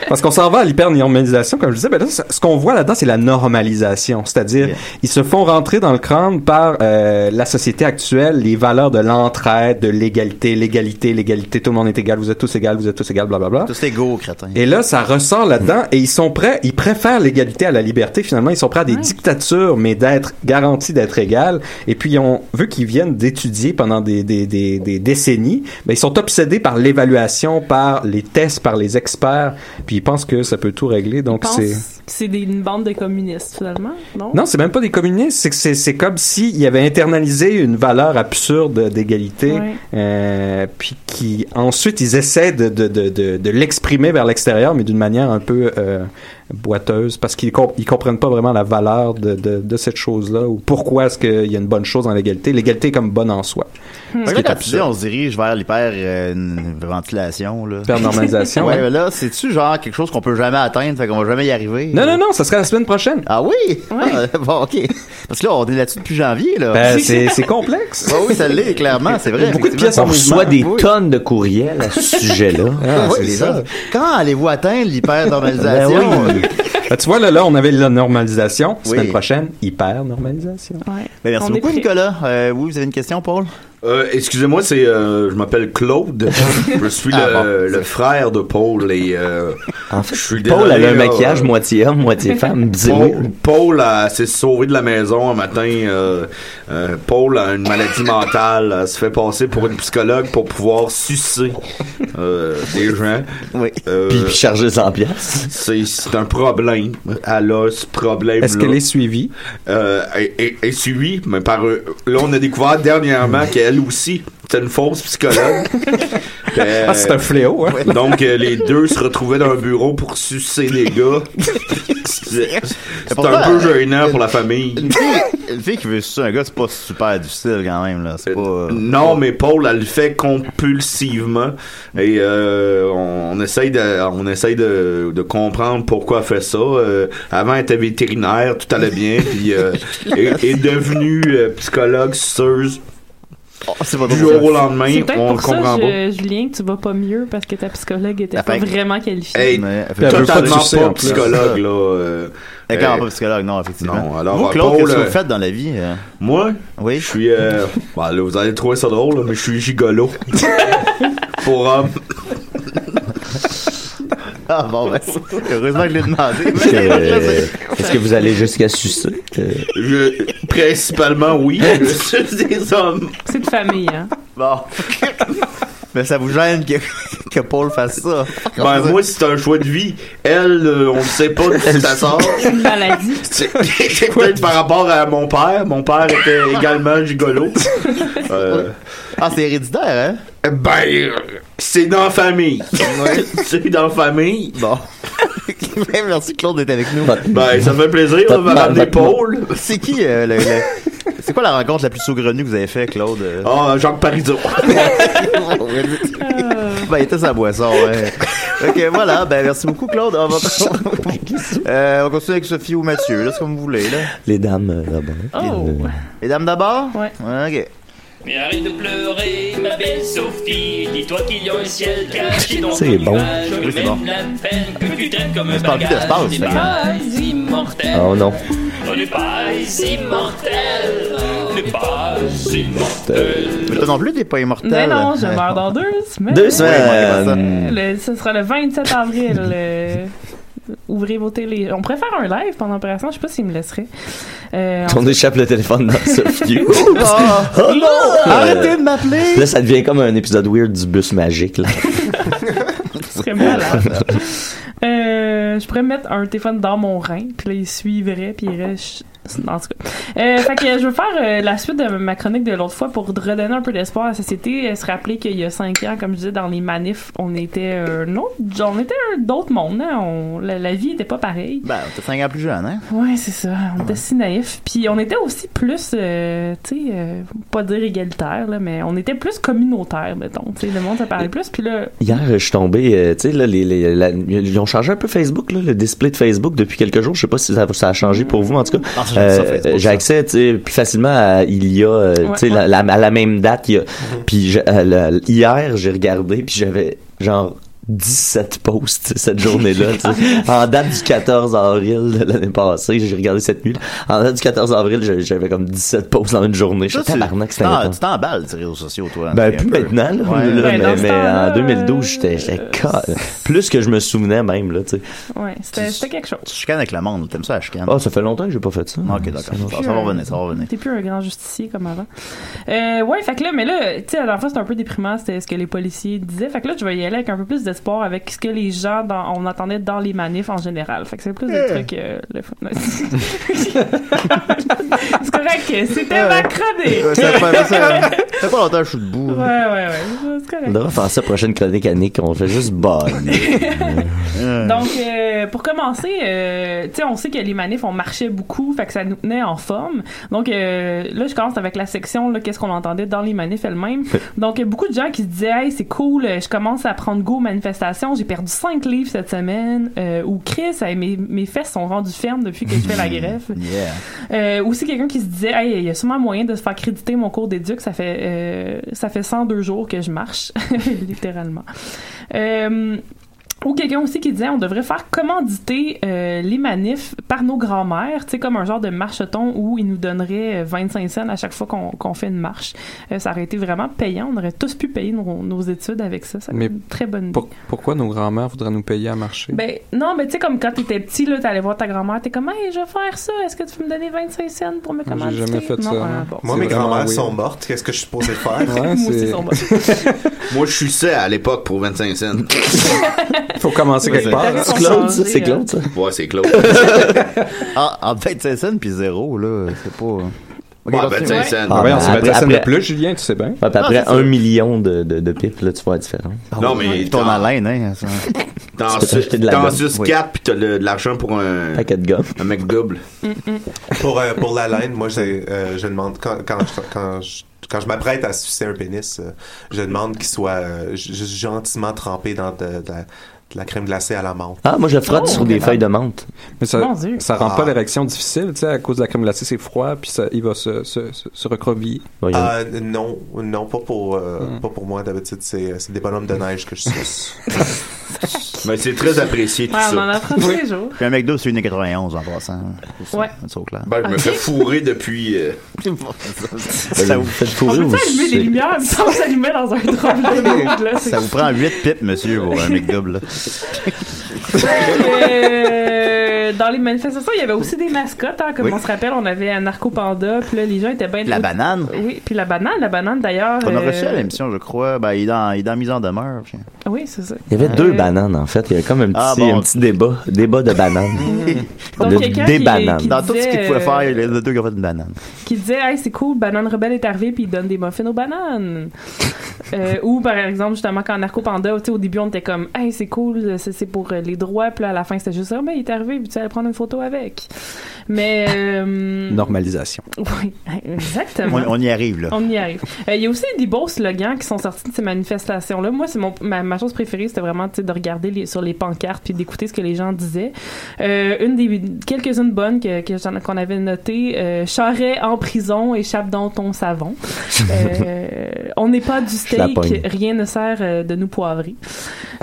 S3: Parce qu'on s'en va à l'hyper-normalisation, comme je disais. Ben là, ce ce qu'on voit là-dedans, c'est la normalisation. C'est-à-dire, ils se font rentrer dans le crâne par euh, la société actuelle, les valeurs de l'entraide, de l'égalité, l'égalité, l'égalité, tout le monde est égal, vous êtes tous égaux, vous êtes tous égaux, blablabla.
S6: Tous égaux, crétin.
S3: Et là, ça ressort là-dedans et ils sont prêts, ils préfèrent l'égalité à la liberté finalement. Ils sont prêts à des dictatures, mais d'être garantis d'être égal. Et puis, on veut qu'ils viennent d'étudier pendant des, des, des, des décennies. Mais ils sont obsédés par l'évaluation, par les tests, par les experts. Puis ils pensent que ça peut tout régler. Donc,
S4: pense
S3: c'est...
S4: que c'est des- une bande de communistes, finalement, non?
S3: Non, c'est même pas des communistes. C'est que c'est, c'est comme s'ils avaient internalisé une valeur absurde d'égalité,
S4: Ouais.
S3: euh, puis qui ensuite ils essaient de, de, de, de, de l'exprimer vers l'extérieur, mais d'une manière un peu euh, boiteuse, parce qu'ils com- ils comprennent pas vraiment la valeur de, de, de cette chose-là, ou pourquoi est-ce qu'il y a une bonne chose dans l'égalité. L'égalité est comme bonne en soi.
S4: Hmm.
S6: Fait que
S3: Ce qui
S6: là,
S3: est
S6: quand tu dis
S3: absurde.
S6: on se dirige vers l'hyper-ventilation, là.
S3: Hypernormalisation,
S6: ouais,
S3: ouais.
S6: mais là, c'est-tu genre quelque chose qu'on peut jamais atteindre, fait qu'on va jamais y arriver?
S3: Non, non, non, ça serait la semaine prochaine.
S6: Ah oui? Ah, bon, ok. Parce que là, on est là-dessus depuis janvier, là.
S3: Ben, c'est, c'est complexe.
S6: Ah oui, ça l'est, clairement, c'est vrai.
S3: Beaucoup de pièces en
S7: On reçoit
S3: mouvement.
S7: des
S6: Oui.
S7: tonnes de courriels à ce sujet-là.
S3: Ah,
S6: Oui,
S3: c'est
S6: les
S3: ça.
S6: autres. Quand allez-vous atteindre l'hyper-normalisation?
S7: Ben oui.
S3: Ben, tu vois, là, là, on avait la normalisation. Semaine
S6: Oui.
S3: prochaine, hyper-normalisation.
S4: Ouais.
S6: Ben, merci
S4: On est
S6: beaucoup,
S4: prêt.
S6: Nicolas. Euh, oui, vous avez une question, Paul?
S5: Euh, excusez-moi, c'est euh, je m'appelle Claude. je suis
S6: Ah,
S5: le,
S6: bon.
S5: le frère de Paul et euh, je suis
S7: Paul
S5: désolé,
S7: avait un
S5: là,
S7: maquillage
S5: euh,
S7: moitié homme, moitié femme. Dis-moi.
S5: Paul, Paul euh, s'est sauvé de la maison un matin. euh, euh, Paul a une maladie mentale. euh, se fait passer pour une psychologue pour pouvoir sucer euh, des gens.
S6: Oui.
S5: Euh,
S7: Puis, puis charger 100 piastres.
S5: c'est, c'est un problème. Elle a ce problème-là.
S3: Est-ce qu'elle est suivie?
S5: euh, est, est- est suivie, mais par euh, là on a découvert dernièrement qu'elle aussi c'était une fausse psychologue. Euh,
S3: Ah, c'est un fléau, hein?
S5: donc euh, les deux se retrouvaient dans un bureau pour sucer les gars. C'est c'est
S6: pourtant, euh,
S5: un peu gênant pour la famille.
S6: Une fille, une fille qui veut sucer un gars, c'est pas super difficile quand même, là. C'est pas. euh,
S5: Non, mais Paul, elle le fait compulsivement et euh, on, on essaye de, on essaye de, de comprendre pourquoi elle fait ça. Euh, avant, elle était vétérinaire, tout allait bien, puis euh, est, est devenue euh, psychologue suceuse
S6: oh, c'est pas
S5: du
S6: drôle.
S5: jour au lendemain.
S4: C'est peut-être
S5: On le
S4: pour ça,
S5: comprend pas.
S4: je- Julien, que tu vas pas mieux parce que ta psychologue était
S6: La
S4: pas
S6: fin.
S4: vraiment qualifiée.
S5: Hey,
S6: Mais elle fait-
S3: Elle veut pas de
S5: totalement
S3: succès,
S5: pas,
S3: en plus.
S5: psychologue là. euh,
S6: Elle est clairement
S5: euh,
S6: pas psychologue, non, Ah, effectivement.
S5: non, alors,
S6: Vous,
S5: euh,
S6: Claude,
S5: Paul,
S6: qu'est-ce que
S5: euh,
S6: vous faites dans la vie? euh?
S5: Moi,
S6: Oui.
S5: je suis. euh, bon, là, vous allez trouver ça drôle, là, mais je suis gigolo. Pour homme.
S6: Ah bon, ben, heureusement que je l'ai demandé.
S7: Est-ce que, est-ce que vous allez jusqu'à sucer? Euh,
S5: Je- principalement, oui. Je suis des hommes.
S4: C'est de famille, hein?
S6: Bon. Mais ça vous gêne que que Paul fasse ça.
S5: Ben, moi, c'est un choix de vie. Elle, euh, on ne sait pas d'où ça sort.
S4: Une maladie.
S5: C'est c'est peut-être par rapport à mon père. Mon père était également gigolo.
S6: Ah, c'est héréditaire,
S5: hein? Ben, euh, c'est dans la famille. c'est dans la famille. Bon.
S6: Merci, Claude, d'être avec nous.
S5: Ben, ça fait plaisir. On va ramener Paul.
S6: C'est qui euh, le- le- C'est quoi la rencontre la plus saugrenue que vous avez fait, Claude? euh?
S5: Ah, Jacques Parizeau.
S6: ben, il était sa boisson, ouais. Ok, voilà. Ben, merci beaucoup, Claude. On, va... Euh, on continue avec Sophie ou Mathieu, là, c'est comme vous voulez, là.
S7: Les dames euh, d'abord.
S6: Oh. Les dames d'abord? Ouais. Ok.
S10: Mais arrête de pleurer, ma belle Sophie. Dis-toi qu'il y a un ciel caché dans
S7: C'est
S10: ton
S7: bon.
S10: nuage.
S7: Oui, c'est
S10: Même
S7: bon.
S10: la peine que tu traînes comme un
S7: Mais c'est pas envie
S10: bagage.
S7: de se passer,
S10: n'est
S7: ça.
S10: pas immortel.
S7: Oh non.
S10: On n'est pas immortel. On n'est pas
S7: Euh,
S10: immortel.
S6: Mais toi non plus, t'es pas immortel.
S4: Mais non, je meurs dans deux semaines.
S6: Deux semaines.
S7: Hmm.
S4: Le- ce sera le 27 avril. euh, Ouvrez vos télés. On pourrait faire un live pendant l'opération. Je sais pas s'ils me laisseraient. Euh,
S7: On échappe le téléphone dans Sophie. Oups! Oh non!
S6: Arrêtez de m'appeler!
S7: Là, ça devient comme un épisode weird du bus magique. Là.
S4: Ce serait malade. Euh, je pourrais mettre un téléphone dans mon rein, puis là, il suivrait, puis il irait... ch- En tout cas. Euh, fait que je veux faire euh, la suite de ma chronique de l'autre fois pour redonner un peu d'espoir à la société. Euh, se rappeler qu'il y a cinq ans, comme je disais, dans les manifs, on était un autre... On était un d'autre monde, hein. On- la, la vie était pas pareille.
S6: Ben, t'es 5 ans plus jeune, hein?
S4: Ouais, c'est ça. On était si naïfs. Puis on était aussi plus, euh, tu sais, euh, pas dire égalitaire, là, mais on était plus communautaire, mettons. Tu sais, le monde se parlait plus. Puis là,
S7: Hier, je suis tombé, euh, tu sais, là, les, les- la- ils ont changé un peu Facebook, là, le display de Facebook depuis quelques jours. Je sais pas si ça, ça a changé pour vous, en tout cas. euh,
S6: Ah, ça, j'aime ça, Facebook,
S7: J'ai accès, tu sais, plus facilement à il y a, euh, tu sais,
S6: Ouais,
S7: la- la- à la même date. il y a-
S6: Mhm.
S7: Puis je- euh, la- hier, j'ai regardé, puis j'avais genre 17 posts cette journée-là. tu sais. en date du 14 avril de l'année passée, j'ai regardé cette nuit. En date du 14 avril, j'avais- j'avais comme 17 posts dans une journée. Je
S6: Toi,
S7: suis
S6: tu-
S7: tabarnak, c'était
S6: tu t'en-
S7: intense.
S6: Tu t'emballes sur les réseaux sociaux, toi.
S7: Ben,
S6: un
S7: plus
S6: peu.
S7: maintenant, là,
S6: Ouais.
S7: là,
S6: Ben, dans
S7: mais, euh,
S6: ce
S7: mais
S6: temps-là,
S7: en
S4: euh,
S7: 2012, j'étais j'étais cal- plus que je me souvenais même, là, tu sais.
S4: ouais, c'était c'était quelque chose.
S6: Tu chicanes avec le monde, t'aimes ça la chicane? Ah,
S7: Ah, ça fait longtemps que j'ai pas fait ça.
S6: Ok, d'accord. Bah, Ça, ça va revenir, ça va revenir.
S4: T'es plus un grand justicier comme avant. Euh, ouais, fait que là, mais là, tu sais, la dernière fois, c'était un peu déprimant, c'était ce que les policiers disaient. Fait que là, je vais y aller avec un peu plus d'espoir avec ce que les gens, dans, on entendait dans les manifs en général. Fait que c'est plus des
S1: Eh.
S4: trucs... euh, le fun. c'est correct, c'était ma chronique!
S6: Ouais, ça fait- ça fait- ça fait pas longtemps que je suis debout.
S4: Ouais, ouais, ouais, c'est
S7: On
S4: correct.
S7: devrait faire ça prochaine chronique à Nick, on fait juste bonne.
S4: Donc, euh, pour commencer, euh, tu sais, on sait que les manifs, on marchait beaucoup, fait que ça nous tenait en forme. Donc, euh, là, je commence avec la section, là, qu'est-ce qu'on entendait dans les manifs elles-mêmes. Donc, euh, beaucoup de gens qui se disaient, hey, c'est cool, euh, je commence à prendre goût aux manifestations, j'ai perdu 5 livres cette semaine, euh, ou Chris, hey, mes, mes fesses sont rendues fermes depuis que je fais la greffe.
S6: Yeah.
S4: Euh, aussi quelqu'un qui se disait hey, il y a sûrement moyen de se faire créditer mon cours d'éduc ça fait euh, ça fait 102 jours que je marche littéralement Euh, ou quelqu'un aussi qui disait on devrait faire commanditer euh, les manifs par nos grands-mères, tu sais comme un genre de marcheton où ils nous donneraient euh, 25 cents à chaque fois qu'on qu'on fait une marche. Euh, ça aurait été vraiment payant, on aurait tous pu payer nos, nos études avec ça, ça aurait
S11: Mais
S4: été une très bonne idée.
S11: Pour- pourquoi nos grands-mères voudraient nous payer à marcher?
S4: Ben, non, mais tu sais, comme quand t'étais petit, là, t'allais voir ta grand-mère, t'es comme, hey, je vais faire ça, est-ce que tu peux me donner 25 cents pour me commander? non,
S11: hein.
S4: euh, bon.
S8: Moi,
S5: C'est
S8: mes
S5: vraiment
S8: grands-mères
S5: weird.
S8: sont mortes. Qu'est-ce que je suis supposé faire?
S6: Hein,
S11: Ouais, Moi aussi, c'est- ils sont mortes.
S5: Moi, je suçais à l'époque pour 25 cents.
S11: Faut commencer
S5: Ouais,
S11: quelque
S5: c'est-
S11: part.
S5: C'est Claude, ça? C'est Claude, ça? Ouais, c'est Claude.
S6: Ah, en 25 cents puis zéro, là, c'est pas. hein. Ok,
S5: Ouais,
S6: continue.
S5: 25 cents.
S7: Ah,
S11: Voyons,
S7: ben,
S11: c'est
S7: après-
S11: 25 de
S7: après-
S11: plus, Julien, tu sais bien.
S7: Ouais, puis après
S11: Ah, c'est
S7: un
S11: ça.
S7: million de, de, de pipes, là, tu vas être différent.
S5: Non, mais
S6: Ton haleine, hein. ça.
S5: T'en
S7: Tu peux
S5: sus-
S7: t'acheter de la
S5: t'en
S7: gomme.
S5: suces
S7: Oui.
S5: 4 pis t'as le- de l'argent pour un.
S7: Paquet de gomme.
S5: Un mec double.
S8: pour, euh, pour la laine, moi, j'ai, euh, je demande, quand, quand je, quand je- quand je m'apprête à sucer un pénis, euh, je demande qu'il soit euh, j- juste gentiment trempé dans de, de la, de la crème glacée à la menthe.
S7: Ah, moi, je
S4: Oh,
S11: Oh,
S7: frotte sur des feuilles de menthe.
S11: Mais ça,
S8: Mon Dieu.
S11: ça rend
S8: Ah.
S11: pas l'érection difficile, tu sais, à cause de la crème glacée, c'est froid, puis ça, il va se, se, se, se recroqueviller.
S8: Ah, non, non, pas pour, euh,
S11: Hmm.
S8: pas pour moi. D'habitude, c'est, c'est des bonhommes de neige que je suce.
S5: Mais c'est très apprécié tout
S4: Ouais, on en
S5: ça.
S4: apprend tous les jours.
S6: Puis un McDo, c'est 1,91 en passant. hein.
S4: Ouais.
S6: C'est au clair.
S5: Ben, je me fais fourrer depuis. euh,
S6: ça vous fait
S4: On peut allumer les lumières, mais ça on s'allumait dans un drôle de monde, là. c'est-
S6: Ça vous prend 8 pipes, monsieur, pour un McDouble. là.
S4: Euh, dans les manifestations, il y avait aussi des mascottes, hein, comme
S6: Oui.
S4: on se rappelle, on avait un narco panda, puis là, les gens étaient bien...
S6: La banane.
S4: Oui, puis la banane, la banane, d'ailleurs...
S6: On a
S4: euh,
S6: reçu à l'émission, je crois. Ben, il est dans, il est dans mise en demeure. puis-
S4: Oui, c'est ça.
S7: Il y avait deux
S4: Euh,
S7: bananes, en fait. Il y avait comme un petit,
S6: Ah, bon.
S7: un petit débat. Débat de bananes.
S4: Donc,
S7: Le-
S4: quelqu'un
S7: des
S4: qui-
S7: bananes.
S4: qui
S6: Dans tout ce qu'il
S4: disait,
S6: pouvait
S4: euh,
S6: faire, il y a les deux qui ont fait une banane.
S4: qui disait hey c'est cool banane rebelle est arrivée puis il donne des muffins aux bananes Euh, ou par exemple justement quand Narco Panda tu sais, au début on était comme hey c'est cool c'est c'est pour euh, les droits puis là, à la fin c'était juste Ah, ben il est arrivé puis tu allais prendre une photo avec mais euh,
S3: Normalisation.
S4: oui exactement
S6: On, on y arrive, là.
S4: on y arrive. Euh, Il y a aussi des beaux slogans qui sont sortis de ces manifestations-là. Moi, c'est mon, ma, ma chose préférée, c'était vraiment tu sais, de regarder les- sur les pancartes puis d'écouter ce que les gens disaient. Euh, une des quelques-unes bonnes que, que j'en- qu'on avait notées, euh, Charret en prison, échappe dans ton savon. Euh, on n'est pas du
S6: la
S4: steak,
S6: pogne.
S4: rien ne sert euh, de nous poivrer.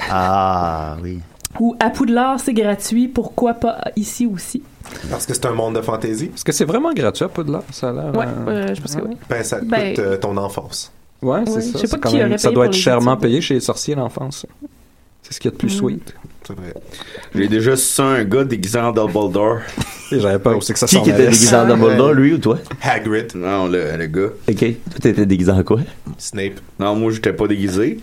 S6: Ah, oui.
S4: Ou à Poudlard, c'est gratuit, pourquoi pas ici aussi?
S8: Parce que c'est un monde de fantaisie.
S11: Est-ce que c'est vraiment gratuit, pas de là Ça a l'air.
S4: Ouais,
S11: euh,
S4: euh, je pense que oui.
S8: Ben, ça te
S4: Ben-
S8: coûte euh, ton enfance.
S11: Ouais, c'est
S4: Oui,
S11: ça.
S4: je sais
S11: c'est
S4: pas
S11: quand
S4: qui
S11: même-
S4: aurait
S11: ça
S4: payé
S11: doit
S4: pour
S11: être
S4: les
S11: chèrement
S4: études.
S11: payé chez les sorciers, l'enfance. C'est ce qu'il y a de plus
S4: Mm.
S11: sweet.
S8: C'est vrai.
S5: J'ai déjà su un gars déguisé en Dumbledore.
S3: J'avais peur aussi que ça
S7: Qui, qui était déguisé en Dumbledore, lui ou toi?
S8: Hagrid.
S5: Non, le, le gars.
S7: OK. Toi, t'étais déguisé en quoi?
S8: Snape.
S5: Non, moi, j'étais pas déguisé.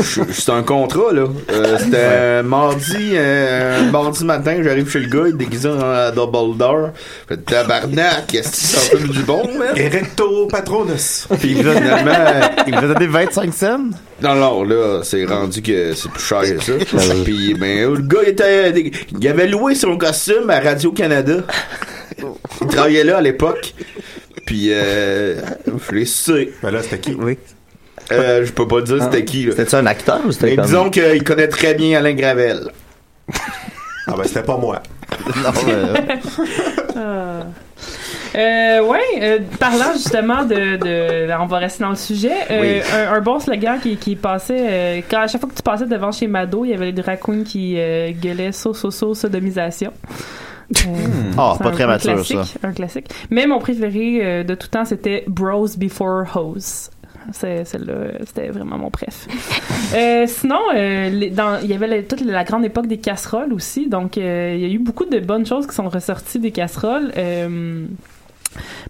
S5: Je- C'était un contrat, là. Euh, C'était euh, mardi, euh, mardi matin, j'arrive chez le gars, il est déguisé en euh, Dumbledore. Je fais, tabarnak, qu'est-ce que c'est un peu du bon, man?
S8: Erecto Patronus.
S5: Puis finalement, euh,
S6: il me faisait des 25 cents?
S5: Non, non, là, c'est rendu que c'est plus cher que
S6: Ah
S5: ça. Puis, ben, le gars, il était. dé- Il avait loué son costume à Radio-Canada. Il travaillait là à l'époque. Puis, euh, je l'ai su.
S8: Ben là, c'était qui?
S5: Oui. Euh, je peux pas dire
S6: Ah,
S5: c'était qui, là.
S7: C'était-tu un acteur ou c'était
S5: Mais
S7: comme...
S5: disons qu'il connaît très bien Alain Gravel.
S8: Ah ben, c'était pas moi.
S6: ben,
S4: Ah. Euh, ouais, euh, parlant justement de, de- On va rester dans le sujet. euh, un, un bon slogan qui, qui passait. euh, quand, à chaque fois que tu passais devant chez Mado, il y avait les raccoons qui euh, gueulaient so, so, so, sodomisation. Euh,
S6: Ah,
S4: c'est
S6: pas
S4: un-
S6: très
S4: un
S6: mature,
S4: classique,
S6: ça.
S4: Un classique. Mais mon préféré euh, de tout temps, c'était Bros Before Hose. C'est- Celle-là, euh, c'était vraiment mon préf. Euh, sinon, euh, les- dans- il y avait la- toute la grande époque des casseroles aussi. Donc, euh, il y a eu beaucoup de bonnes choses qui sont ressorties des casseroles. Euh,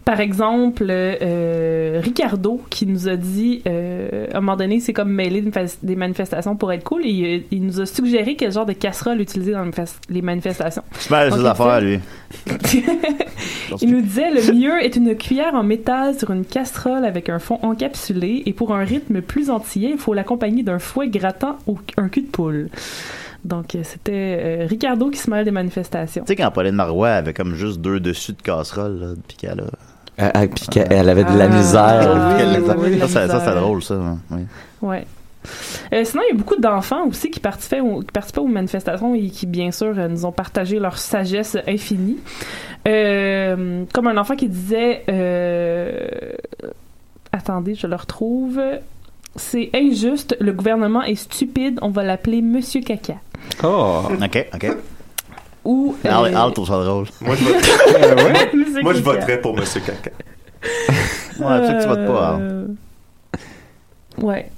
S4: par exemple, euh, Ricardo qui nous a dit euh, à un moment donné, c'est comme mêler des fas- des manifestations pour être cool. Et il, il nous a suggéré quel genre de casserole utiliser dans les fas- les manifestations.
S6: Je mal
S4: Donc,
S6: ses
S4: il
S6: affaires, lui.
S4: il nous disait le mieux est une cuillère en métal sur une casserole avec un fond encapsulé et pour un rythme plus antillais, il faut l'accompagner d'un fouet grattant ou un cul de poule. Donc euh, c'était euh, Ricardo qui se mêle des manifestations.
S6: Tu sais, quand Pauline Marois avait comme juste deux dessus de casserole, là, puis qu'elle a.
S7: Ah, ah, puis qu'elle elle avait de la misère.
S6: Puis qu'elle les a-
S4: oui, oui,
S6: ça,
S4: la
S6: ça, ça, c'est
S4: misère.
S6: drôle, ça. Oui.
S4: Ouais. Euh, sinon, il y a beaucoup d'enfants aussi qui participaient, au- qui participaient aux manifestations et qui, bien sûr, euh, nous ont partagé leur sagesse infinie. Euh, comme un enfant qui disait... euh, Attendez, je le retrouve. C'est injuste, le gouvernement est stupide, on va l'appeler Monsieur Caca.
S3: Oh.
S6: OK, OK.
S4: Ou... euh,
S6: Al, Al trouve ça drôle.
S8: Moi, je
S11: Euh,
S8: voterais,
S4: Monsieur
S8: moi, je
S4: Caca.
S8: voterais pour Monsieur Caca.
S6: Ouais, peut-être que tu votes pas, hein. Al.
S4: Euh, Ouais.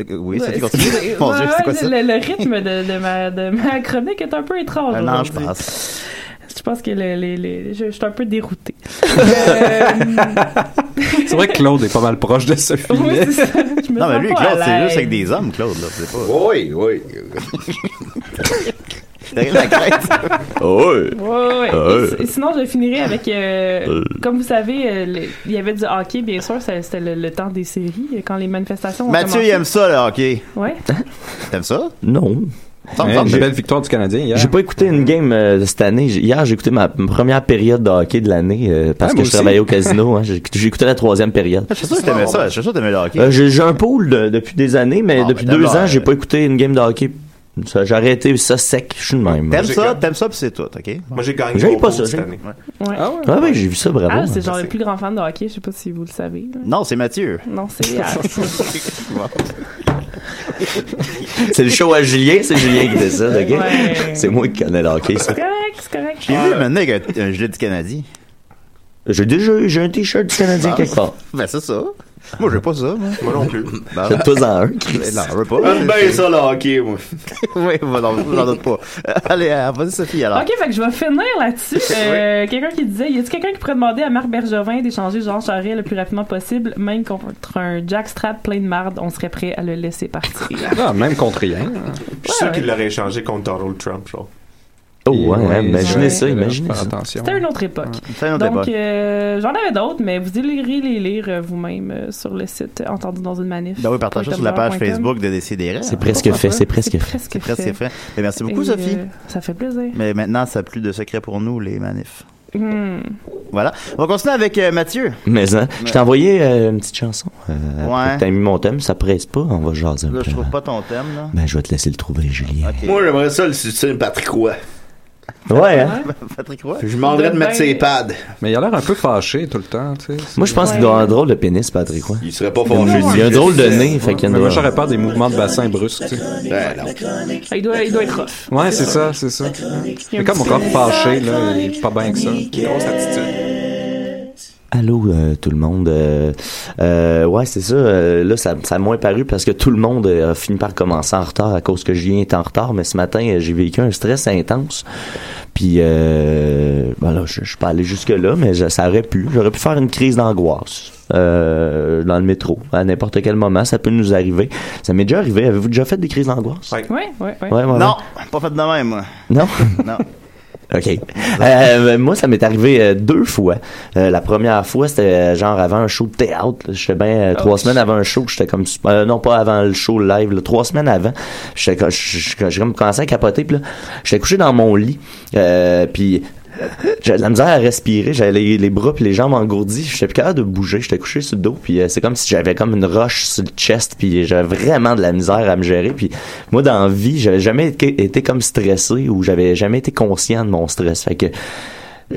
S6: Euh, Oui, c'est
S4: Ouais,
S6: tu continues.
S4: excusez.
S6: Mon
S4: Ouais,
S6: Dieu, c'est quoi
S4: ouais,
S6: ça?
S4: Le, le rythme de, de ma, de ma chronique est un peu étrange.
S6: Un ange
S4: aujourd'hui.
S6: passe.
S4: Je pense que les, les- les- je, je suis un peu déroutée. Euh,
S3: C'est vrai que Claude est pas mal proche de ce film.
S4: oui, c'est ça. Je me
S6: Non, mais
S4: sens
S6: lui,
S4: pas
S6: Claude,
S4: à
S6: c'est juste
S4: l'aise.
S6: avec des hommes, Claude, là. C'est pas.
S5: Oui, oui.
S6: Derrière la
S7: Ah
S6: crête.
S5: Oui.
S4: Ouais, ouais.
S5: Ah ouais.
S4: Et, et sinon, je finirai avec, euh, comme vous savez, euh, le- il y avait du hockey, bien sûr, ça- c'était le, le temps des séries, euh, quand les manifestations ont
S6: Mathieu,
S4: commencé.
S6: il aime ça, là, OK.
S4: Ouais.
S6: T'aimes ça?
S7: Non.
S6: Ça me semble
S3: Une
S6: bien.
S3: belle victoire du Canadien hier.
S7: J'ai pas écouté une game euh, cette année. J'ai- Hier, j'ai écouté ma première période de hockey de l'année euh,
S3: Ah,
S7: parce que
S3: moi
S7: je
S3: aussi.
S7: travaillais au casino. hein. J'ai j'ai écouté la troisième période.
S6: Je suis Ah, sûr que t'aimais ça. Je suis sûr que t'aimais le hockey.
S7: Euh, j'ai j'ai un pool de- depuis des années, mais
S6: Ah,
S7: depuis
S6: ben,
S7: deux
S6: d'abord,
S7: ans, j'ai
S6: euh,
S7: pas écouté une game de hockey. Ça, J'ai arrêté ça sec. Je suis de même.
S6: T'aimes
S8: j'ai
S6: ça,
S8: gagné.
S6: t'aimes ça, puis c'est tout, OK?
S8: Moi, j'ai gagné
S7: J'aime
S8: mon
S7: pas
S8: pot
S7: ça,
S8: cette
S7: j'aime-
S8: année.
S4: Ouais.
S3: Ah ouais.
S7: Ah oui, j'ai vu ça, bravo.
S6: hein.
S4: Ah, c'est genre le plus grand fan de hockey, je sais pas si vous le savez. là.
S6: Non, c'est Mathieu.
S4: Non, c'est... ah,
S7: C'est le show à Julien, c'est Julien qui décide, ok?
S4: Ouais.
S7: C'est moi qui connais le hockey, ça.
S4: c'est correct, c'est correct.
S6: J'ai vu maintenant avec un un gilet du Canadien.
S7: J'ai déjà eu- j'ai un t-shirt du Canadien
S6: Ah.
S7: quelque part.
S6: Ben, c'est ça. Moi, j'ai pas ça, moi.
S8: Moi non plus.
S6: Ben,
S7: Faites-toi-en un, Chris.
S6: non, je veux pas.
S11: Ah,
S7: Aime
S11: ben,
S7: bien ça,
S6: le hockey, moi. oui, moi, non, j'en doute pas. Allez, euh, vas-y, Sophie, alors.
S4: Ok, fait que je vais finir là-dessus. Euh, Quelqu'un qui disait, y a-t-il quelqu'un qui pourrait demander à Marc Bergevin d'échanger Jean Charest le plus rapidement possible, même contre un jackstrap plein de marde, on serait prêt à le laisser partir.
S3: Ah, même contre rien.
S8: Je suis sûr qu'il l'aurait échangé contre Donald Trump, genre.
S7: Oh, ouais, ouais, imaginez
S8: ouais.
S7: ça, imaginez
S8: Faire
S7: ça.
S8: attention.
S4: C'était une autre
S6: Hum,
S4: époque.
S7: C'était une autre
S4: Donc,
S7: époque.
S4: euh, j'en avais d'autres, mais vous irez les lire euh, vous-même euh, sur le site euh, Entendu dans une manif.
S6: Ben oui, partagez sur la page Facebook de Décideret.
S7: C'est presque fait, c'est presque fait.
S6: C'est presque fait. Mais merci beaucoup,
S4: Et,
S6: Sophie.
S4: euh, ça fait plaisir.
S6: Mais maintenant, ça n'a plus de secret pour nous, les manifs.
S4: Hmm.
S6: Voilà. On va continuer avec euh, Mathieu.
S7: Mais hein, je t'ai envoyé euh, une petite chanson. Euh, après
S6: Ouais.
S7: que T'as mis mon thème, ça presse pas, on va jaser un
S6: Là,
S7: peu.
S6: je trouve pas ton thème, là.
S7: Ben, je vais te laisser le trouver, Julien.
S5: Moi, j'aimerais ça le soutien Patrick Roy.
S7: Ouais, hein?
S6: Patrick Roy.
S5: Je demanderais de
S4: Ben-
S5: mettre ses pads.
S7: Mais il a l'air un peu fâché tout le temps, tu sais. Moi, je pense
S5: Ouais.
S7: qu'il doit avoir un drôle de pénis, Patrick. Ouais.
S5: Il serait pas
S7: Il
S5: fâché.
S7: y a un drôle de nez, fait qu'il y en a.
S3: Mais moi, j'aurais peur des mouvements de bassin brusques, tu sais.
S6: Ben,
S4: Ah, il, doit, il doit être rough.
S3: Ouais, c'est ça, c'est ça.
S4: Il y a un
S3: Mais comme mon
S4: petit
S3: corps
S4: peu-
S3: fâché, là, il est pas bien que ça.
S8: Grosse attitude.
S7: Allô euh, tout le monde. Euh, euh, ouais, c'est ça. euh, là, ça, ça a moins paru parce que tout le monde euh, a fini par commencer en retard à cause que Julien est en retard. Mais ce matin, euh, j'ai vécu un stress intense. Puis, euh, voilà, je je suis pas allé jusque-là, mais je- ça aurait pu. J'aurais pu faire une crise d'angoisse euh, dans le métro. À n'importe quel moment, ça peut nous arriver. Ça m'est déjà arrivé. Avez-vous déjà fait des crises d'angoisse?
S8: Oui,
S4: oui, oui.
S7: Ouais, ouais,
S6: non, pas fait de même, moi.
S7: Non?
S6: Non.
S7: OK. Euh, moi, ça m'est arrivé euh, deux fois. Euh, la première fois, c'était euh, genre avant un show de théâtre. là. J'étais bien euh, trois semaines avant un show. J'étais comme... super- euh, non, pas avant le show live. là, trois semaines avant. J'étais co- j- j- J'ai comme commencé à capoter. Puis là, j'étais couché dans mon lit. Euh, puis... J'avais de la misère à respirer, j'avais les, les bras puis les jambes engourdies, j'étais plus capable de bouger, j'étais couché sur le dos puis euh, c'est comme si j'avais comme une roche sur le chest puis j'avais vraiment de la misère à me gérer puis moi dans la vie, j'avais jamais été, été comme stressé ou j'avais jamais été conscient de mon stress. Fait que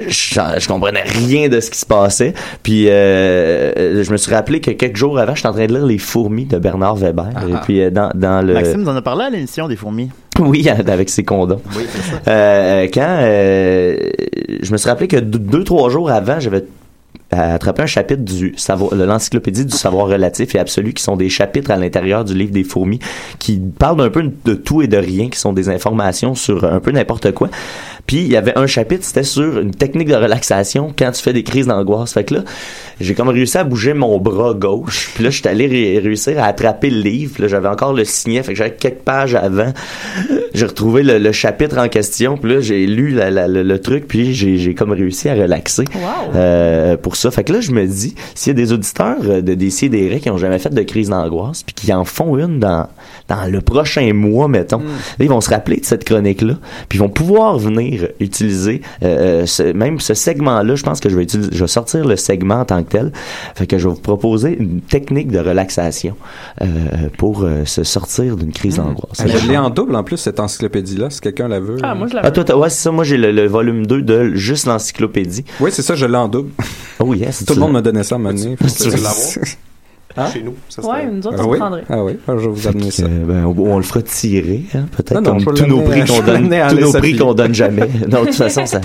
S7: je, je comprenais rien de ce qui se passait. Puis euh, je me suis rappelé que quelques jours avant, j'étais en train de lire Les Fourmis de Bernard Weber. Et puis euh, dans, dans le...
S6: Maxime nous en a parlé à l'émission des fourmis.
S7: Oui, avec ses condoms. Euh, quand euh, je me suis rappelé que deux, deux, trois jours avant, j'avais attrapé un chapitre du savoir, de l'encyclopédie du savoir relatif et absolu, qui sont des chapitres à l'intérieur du livre des fourmis, qui parlent un peu de tout et de rien, qui sont des informations sur un peu n'importe quoi. Puis il y avait un chapitre, c'était sur une technique de relaxation quand tu fais des crises d'angoisse. Fait que là, j'ai comme réussi à bouger mon bras gauche. Puis là, j'étais allé ré- réussir à attraper le livre. Puis là, j'avais encore le signet. Fait que j'avais quelques pages avant. J'ai retrouvé le, le chapitre en question. Puis là, j'ai lu la- la- le, le truc. Puis j'ai j'ai comme réussi à relaxer euh, pour ça. Fait que là, je me dis, s'il y a des auditeurs euh, de des CDR qui ont jamais fait de crise d'angoisse, puis qui en font une dans, dans le prochain mois, mettons, là, ils vont se rappeler de cette chronique-là, puis ils vont pouvoir venir utiliser euh, euh, ce- même ce segment-là. Je pense que je vais, utiliser, je vais sortir le segment en tant que tel. Fait que je vais vous proposer une technique de relaxation euh, pour euh, se sortir d'une crise d'angoisse.
S3: Elle je l'ai en double en plus, cette encyclopédie-là, si quelqu'un la veut.
S4: Ah, moi, je la
S7: Ah, toi, t'as- ouais, c'est ça. Moi, j'ai le, le volume 2 de juste l'encyclopédie.
S3: Oui, c'est ça, je l'ai en double.
S7: Oh, yes.
S3: Tout
S7: tu
S3: le monde
S7: l'as.
S3: me donnait ça à mener.
S7: Ah, Tu veux
S3: Hein?
S8: Chez nous, ça
S4: Ouais, nous autres,
S3: ah,
S4: on
S3: oui?
S4: prendrait.
S3: ah oui, Alors, je vais vous amener ça.
S7: ben, on, on le fera tirer, hein, peut-être.
S3: Non, Ah non,
S7: qu'on-
S3: je vais
S7: tous nos
S3: l'amener-
S7: prix
S3: je
S7: qu'on
S3: vais
S7: donne,
S3: l'amener à
S7: tous nos
S3: Alessa
S7: prix
S3: Pili.
S7: qu'on donne jamais. Non, de toute façon, ça.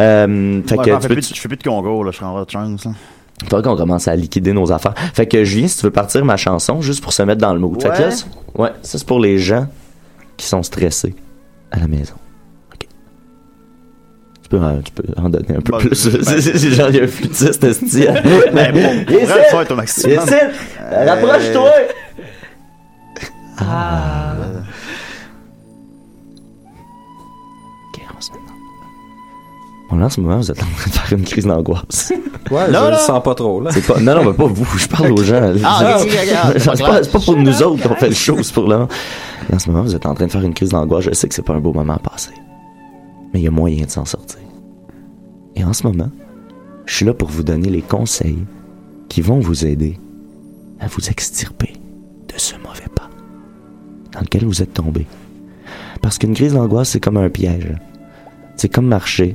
S7: Euh, fait
S6: Ouais,
S7: que
S6: j'en
S7: tu
S6: fais
S7: peux,
S6: plus de- je fais plus de Congo, là. Je suis en de chance, hein. là.
S7: faudrait qu'on commence à liquider nos affaires. Fait que Julien, si tu veux partir ma chanson, juste pour se mettre dans le mood. Fait que là,
S6: Ouais.
S7: c'est- ouais, ça c'est pour les gens qui sont stressés à la maison. Ok. Tu peux, en- tu peux en donner un peu
S6: Bon,
S7: plus.
S6: ben-
S7: C'est- c'est- c'est genre, il y a un flûtiste, style.
S6: Ben, pour- pour vrai, tu vas être au maximum. Euh,
S7: rapproche-toi!
S1: Euh. Ah.
S7: Bon, là, en ce moment, vous êtes en train de faire une crise d'angoisse.
S3: Ouais,
S7: Non,
S3: je le
S7: non.
S3: sens pas trop, là.
S7: C'est pas- non, non, mais pas vous, je parle aux gens. Les
S3: Ah,
S7: gens-
S3: ok, ok, ok,
S7: c'est
S3: c'est pas
S7: pas,
S3: grave.
S7: c'est pas pour nous autres qu'on fait le show, c'est pour là. En ce moment, vous êtes en train de faire une crise d'angoisse, je sais que c'est pas un beau moment à passer. Mais il y a moyen de s'en sortir. Et en ce moment, je suis là pour vous donner les conseils qui vont vous aider à vous extirper de ce mauvais pas dans lequel vous êtes tombé. Parce qu'une crise d'angoisse, c'est comme un piège. C'est comme marcher,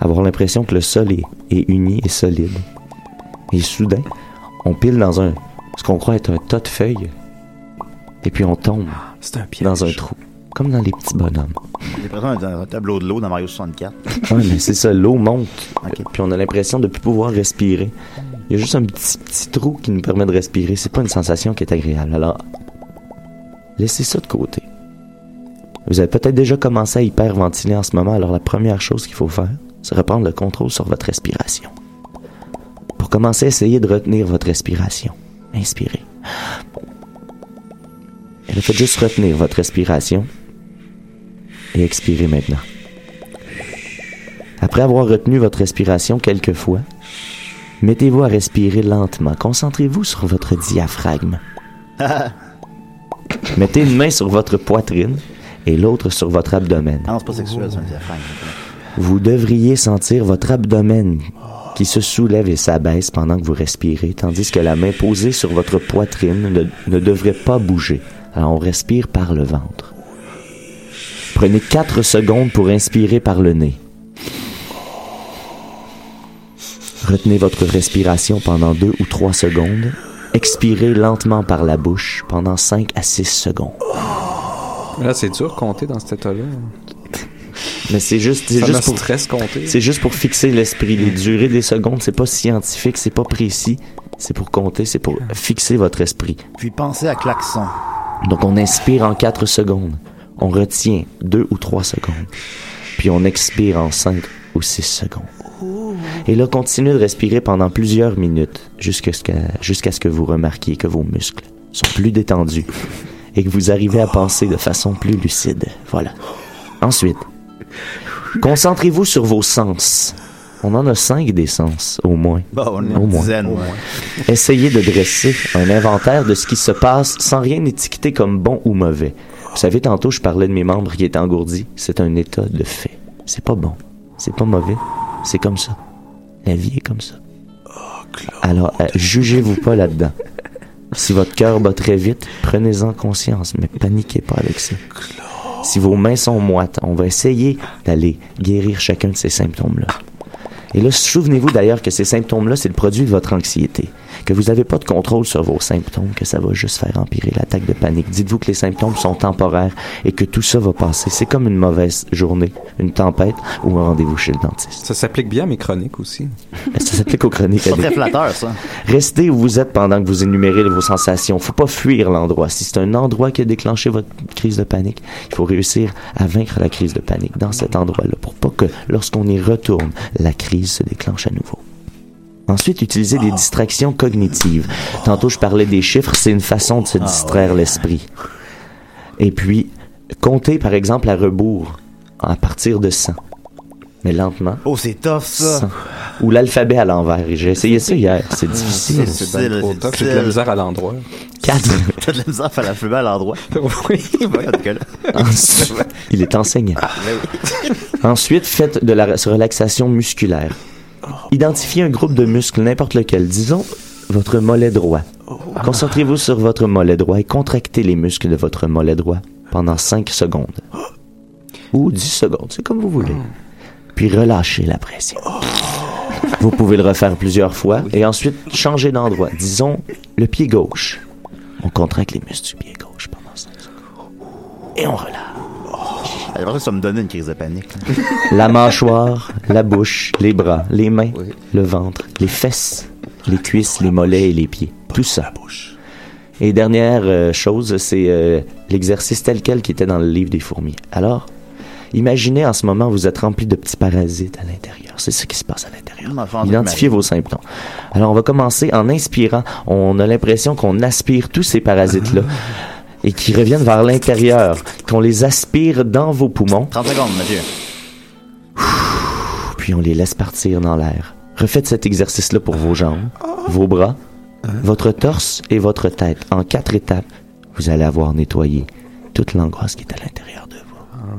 S7: avoir l'impression que le sol est, est uni et solide. Et soudain, on pile dans un ce qu'on croit être un tas de feuilles. Et puis on tombe dans un trou, comme dans les petits bonhommes.
S6: J'ai l'impression d'être dans un tableau de l'eau dans Mario 64.
S7: Ouais, mais c'est ça, l'eau monte. Puis on a l'impression de ne plus pouvoir respirer. Il y a juste un petit, petit trou qui nous permet de respirer. C'est pas une sensation qui est agréable. Alors, laissez ça de côté. Vous avez peut-être déjà commencé à hyperventiler en ce moment, alors la première chose qu'il faut faire, c'est reprendre le contrôle sur votre respiration. Pour commencer, essayez de retenir votre respiration. Inspirez. Et là, faites juste retenir votre respiration et expirez maintenant. Après avoir retenu votre respiration quelques fois, mettez-vous à respirer lentement. Concentrez-vous sur votre diaphragme. Mettez une main sur votre poitrine et l'autre sur votre abdomen.
S6: Ah non, c'est pas sexuel, c'est un diaphragme.
S7: Vous devriez sentir votre abdomen qui se soulève et s'abaisse pendant que vous respirez, tandis que la main posée sur votre poitrine ne, ne devrait pas bouger. Alors on respire par le ventre. Prenez 4 secondes pour inspirer par le nez. Retenez votre respiration pendant 2 ou 3 secondes. Expirez lentement par la bouche pendant 5 à 6 secondes.
S11: Là, c'est dur de compter dans cet état-là.
S7: Mais c'est juste, c'est
S11: Ça me
S7: juste pour
S11: stresse compter. Mm.
S7: C'est juste pour fixer l'esprit. Les durées des secondes, c'est pas scientifique, c'est pas précis. C'est pour compter, c'est pour fixer votre esprit.
S6: Puis pensez à klaxon.
S7: Donc on inspire en 4 secondes. On retient 2 ou 3 secondes. Puis on expire en 5 ou 6 secondes. Et là, continuez de respirer pendant plusieurs minutes jusqu'à ce que, jusqu'à ce que vous remarquiez que vos muscles sont plus détendus et que vous arrivez à penser de façon plus lucide. Voilà. Ensuite, concentrez-vous sur vos sens. On en a cinq des sens, au moins.
S6: Bon, Bah, on est
S7: Au
S6: une
S7: moins.
S6: dizaine, au moins.
S7: Essayez de dresser un inventaire de ce qui se passe sans rien étiqueter comme bon ou mauvais. Vous savez, tantôt, je parlais de mes membres qui étaient engourdis. C'est un état de fait. C'est pas bon. C'est pas mauvais. C'est comme ça. La vie est comme ça. Alors, euh, jugez-vous pas là-dedans. Si votre cœur bat très vite, prenez-en conscience, mais paniquez pas avec ça. Si vos mains sont moites, on va essayer d'aller guérir chacun de ces symptômes-là. Et là, souvenez-vous d'ailleurs que ces symptômes-là, c'est le produit de votre anxiété. Que vous n'avez pas de contrôle sur vos symptômes, que ça va juste faire empirer l'attaque de panique. Dites-vous que les symptômes sont temporaires et que tout ça va passer. C'est comme une mauvaise journée, une tempête ou un rendez-vous chez le dentiste.
S11: Ça s'applique bien à mes chroniques aussi.
S7: Ça s'applique aux chroniques.
S11: C'est pas très
S6: flatteur, ça.
S7: Restez où vous êtes pendant que vous énumérez vos sensations. Faut pas fuir l'endroit. Si c'est un endroit qui a déclenché votre crise de panique, il faut réussir à vaincre la crise de panique dans cet endroit-là pour pas que lorsqu'on y retourne, la crise se déclenche à nouveau. Ensuite, utilisez des distractions cognitives. Tantôt, je parlais des chiffres, c'est une façon de
S11: Ah
S7: se distraire l'esprit. Et puis, comptez par exemple à rebours, à partir de 100. Mais lentement.
S6: Oh, c'est tough, ça. Ah,
S7: 100. Ou l'alphabet à l'envers. Et J'ai essayé ça hier. C'est difficile.
S6: c'est C'est bien trop difficile, tough. J'ai de la c'est- misère
S7: à l'endroit. 4.
S6: T'as de la misère à faire la fumée à l'endroit. oui.
S7: Ensuite, il est enseignant. Ensuite, faites de la re- relaxation musculaire. Identifiez un groupe de muscles, n'importe lequel. Disons votre mollet droit. Concentrez-vous sur votre mollet droit et contractez les muscles de votre mollet droit pendant 5 secondes. Ou 10 secondes, c'est comme vous voulez. Puis relâchez la pression. Vous pouvez le refaire plusieurs fois et ensuite changer d'endroit. Disons le pied gauche. On contracte les muscles du pied gauche pendant 5 secondes. Et on relâche.
S6: Oh. Alors, ça me donnait une crise de panique.
S7: La mâchoire, la bouche, les bras, les mains, le ventre, les fesses, les cuisses, les mollets et les pieds. Tout ça. Et dernière euh, chose, c'est euh, l'exercice tel quel qui était dans le livre des fourmis. Alors, imaginez en ce moment, vous êtes rempli de petits parasites à l'intérieur. C'est ce qui se passe à l'intérieur. Identifiez vos symptômes. Alors, on va commencer en inspirant. On a l'impression qu'on aspire tous ces parasites-là et qui reviennent vers l'intérieur, qu'on les aspire dans vos poumons.
S6: 30 secondes, Mathieu.
S7: puis on les laisse partir dans l'air. Refaites cet exercice-là pour vos jambes, vos bras, votre torse et votre tête. En quatre étapes, vous allez avoir nettoyé toute l'angoisse qui est à l'intérieur de vous.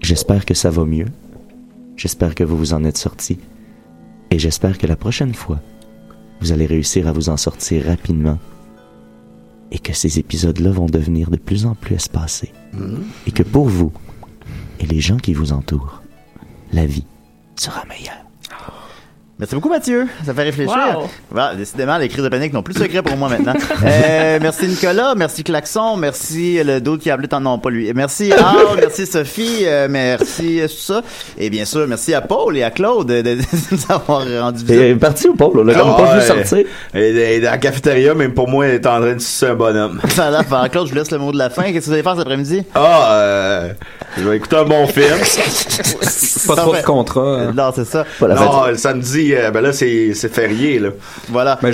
S7: J'espère que ça va mieux. J'espère que vous vous en êtes sorti. Et j'espère que la prochaine fois, vous allez réussir à vous en sortir rapidement et que ces épisodes-là vont devenir de plus en plus espacés.
S1: Hmm.
S7: Et que pour vous et les gens qui vous entourent, la vie sera meilleure.
S6: Merci beaucoup, Mathieu. Ça fait réfléchir.
S4: Wow.
S6: Voilà, décidément, les crises de panique n'ont plus de secret pour moi maintenant. Euh, merci, Nicolas. Merci, Klaxon. Merci, le d'autres qui a appelé, t'en non, pas lui. Merci, Al. merci, Sophie. euh, merci, euh, tout ça. Et bien sûr, merci à Paul et à Claude de, de- de nous avoir rendu visite. Ah,
S5: est
S7: parti ou Paul? On
S6: l'a comme pas vu sortir.
S5: Et dans la cafétéria, même pour moi, elle est en train de sucer un bonhomme.
S6: Voilà, enfin, Claude, je vous laisse le mot de la fin. Qu'est-ce que vous allez faire cet après-midi?
S5: Ah, euh, je vais écouter un bon film.
S6: Pas trop de hein.
S5: contrat.
S6: Non, c'est ça.
S5: non, le samedi, euh, ben là, c'est c'est férié, là.
S6: Voilà.
S5: Mais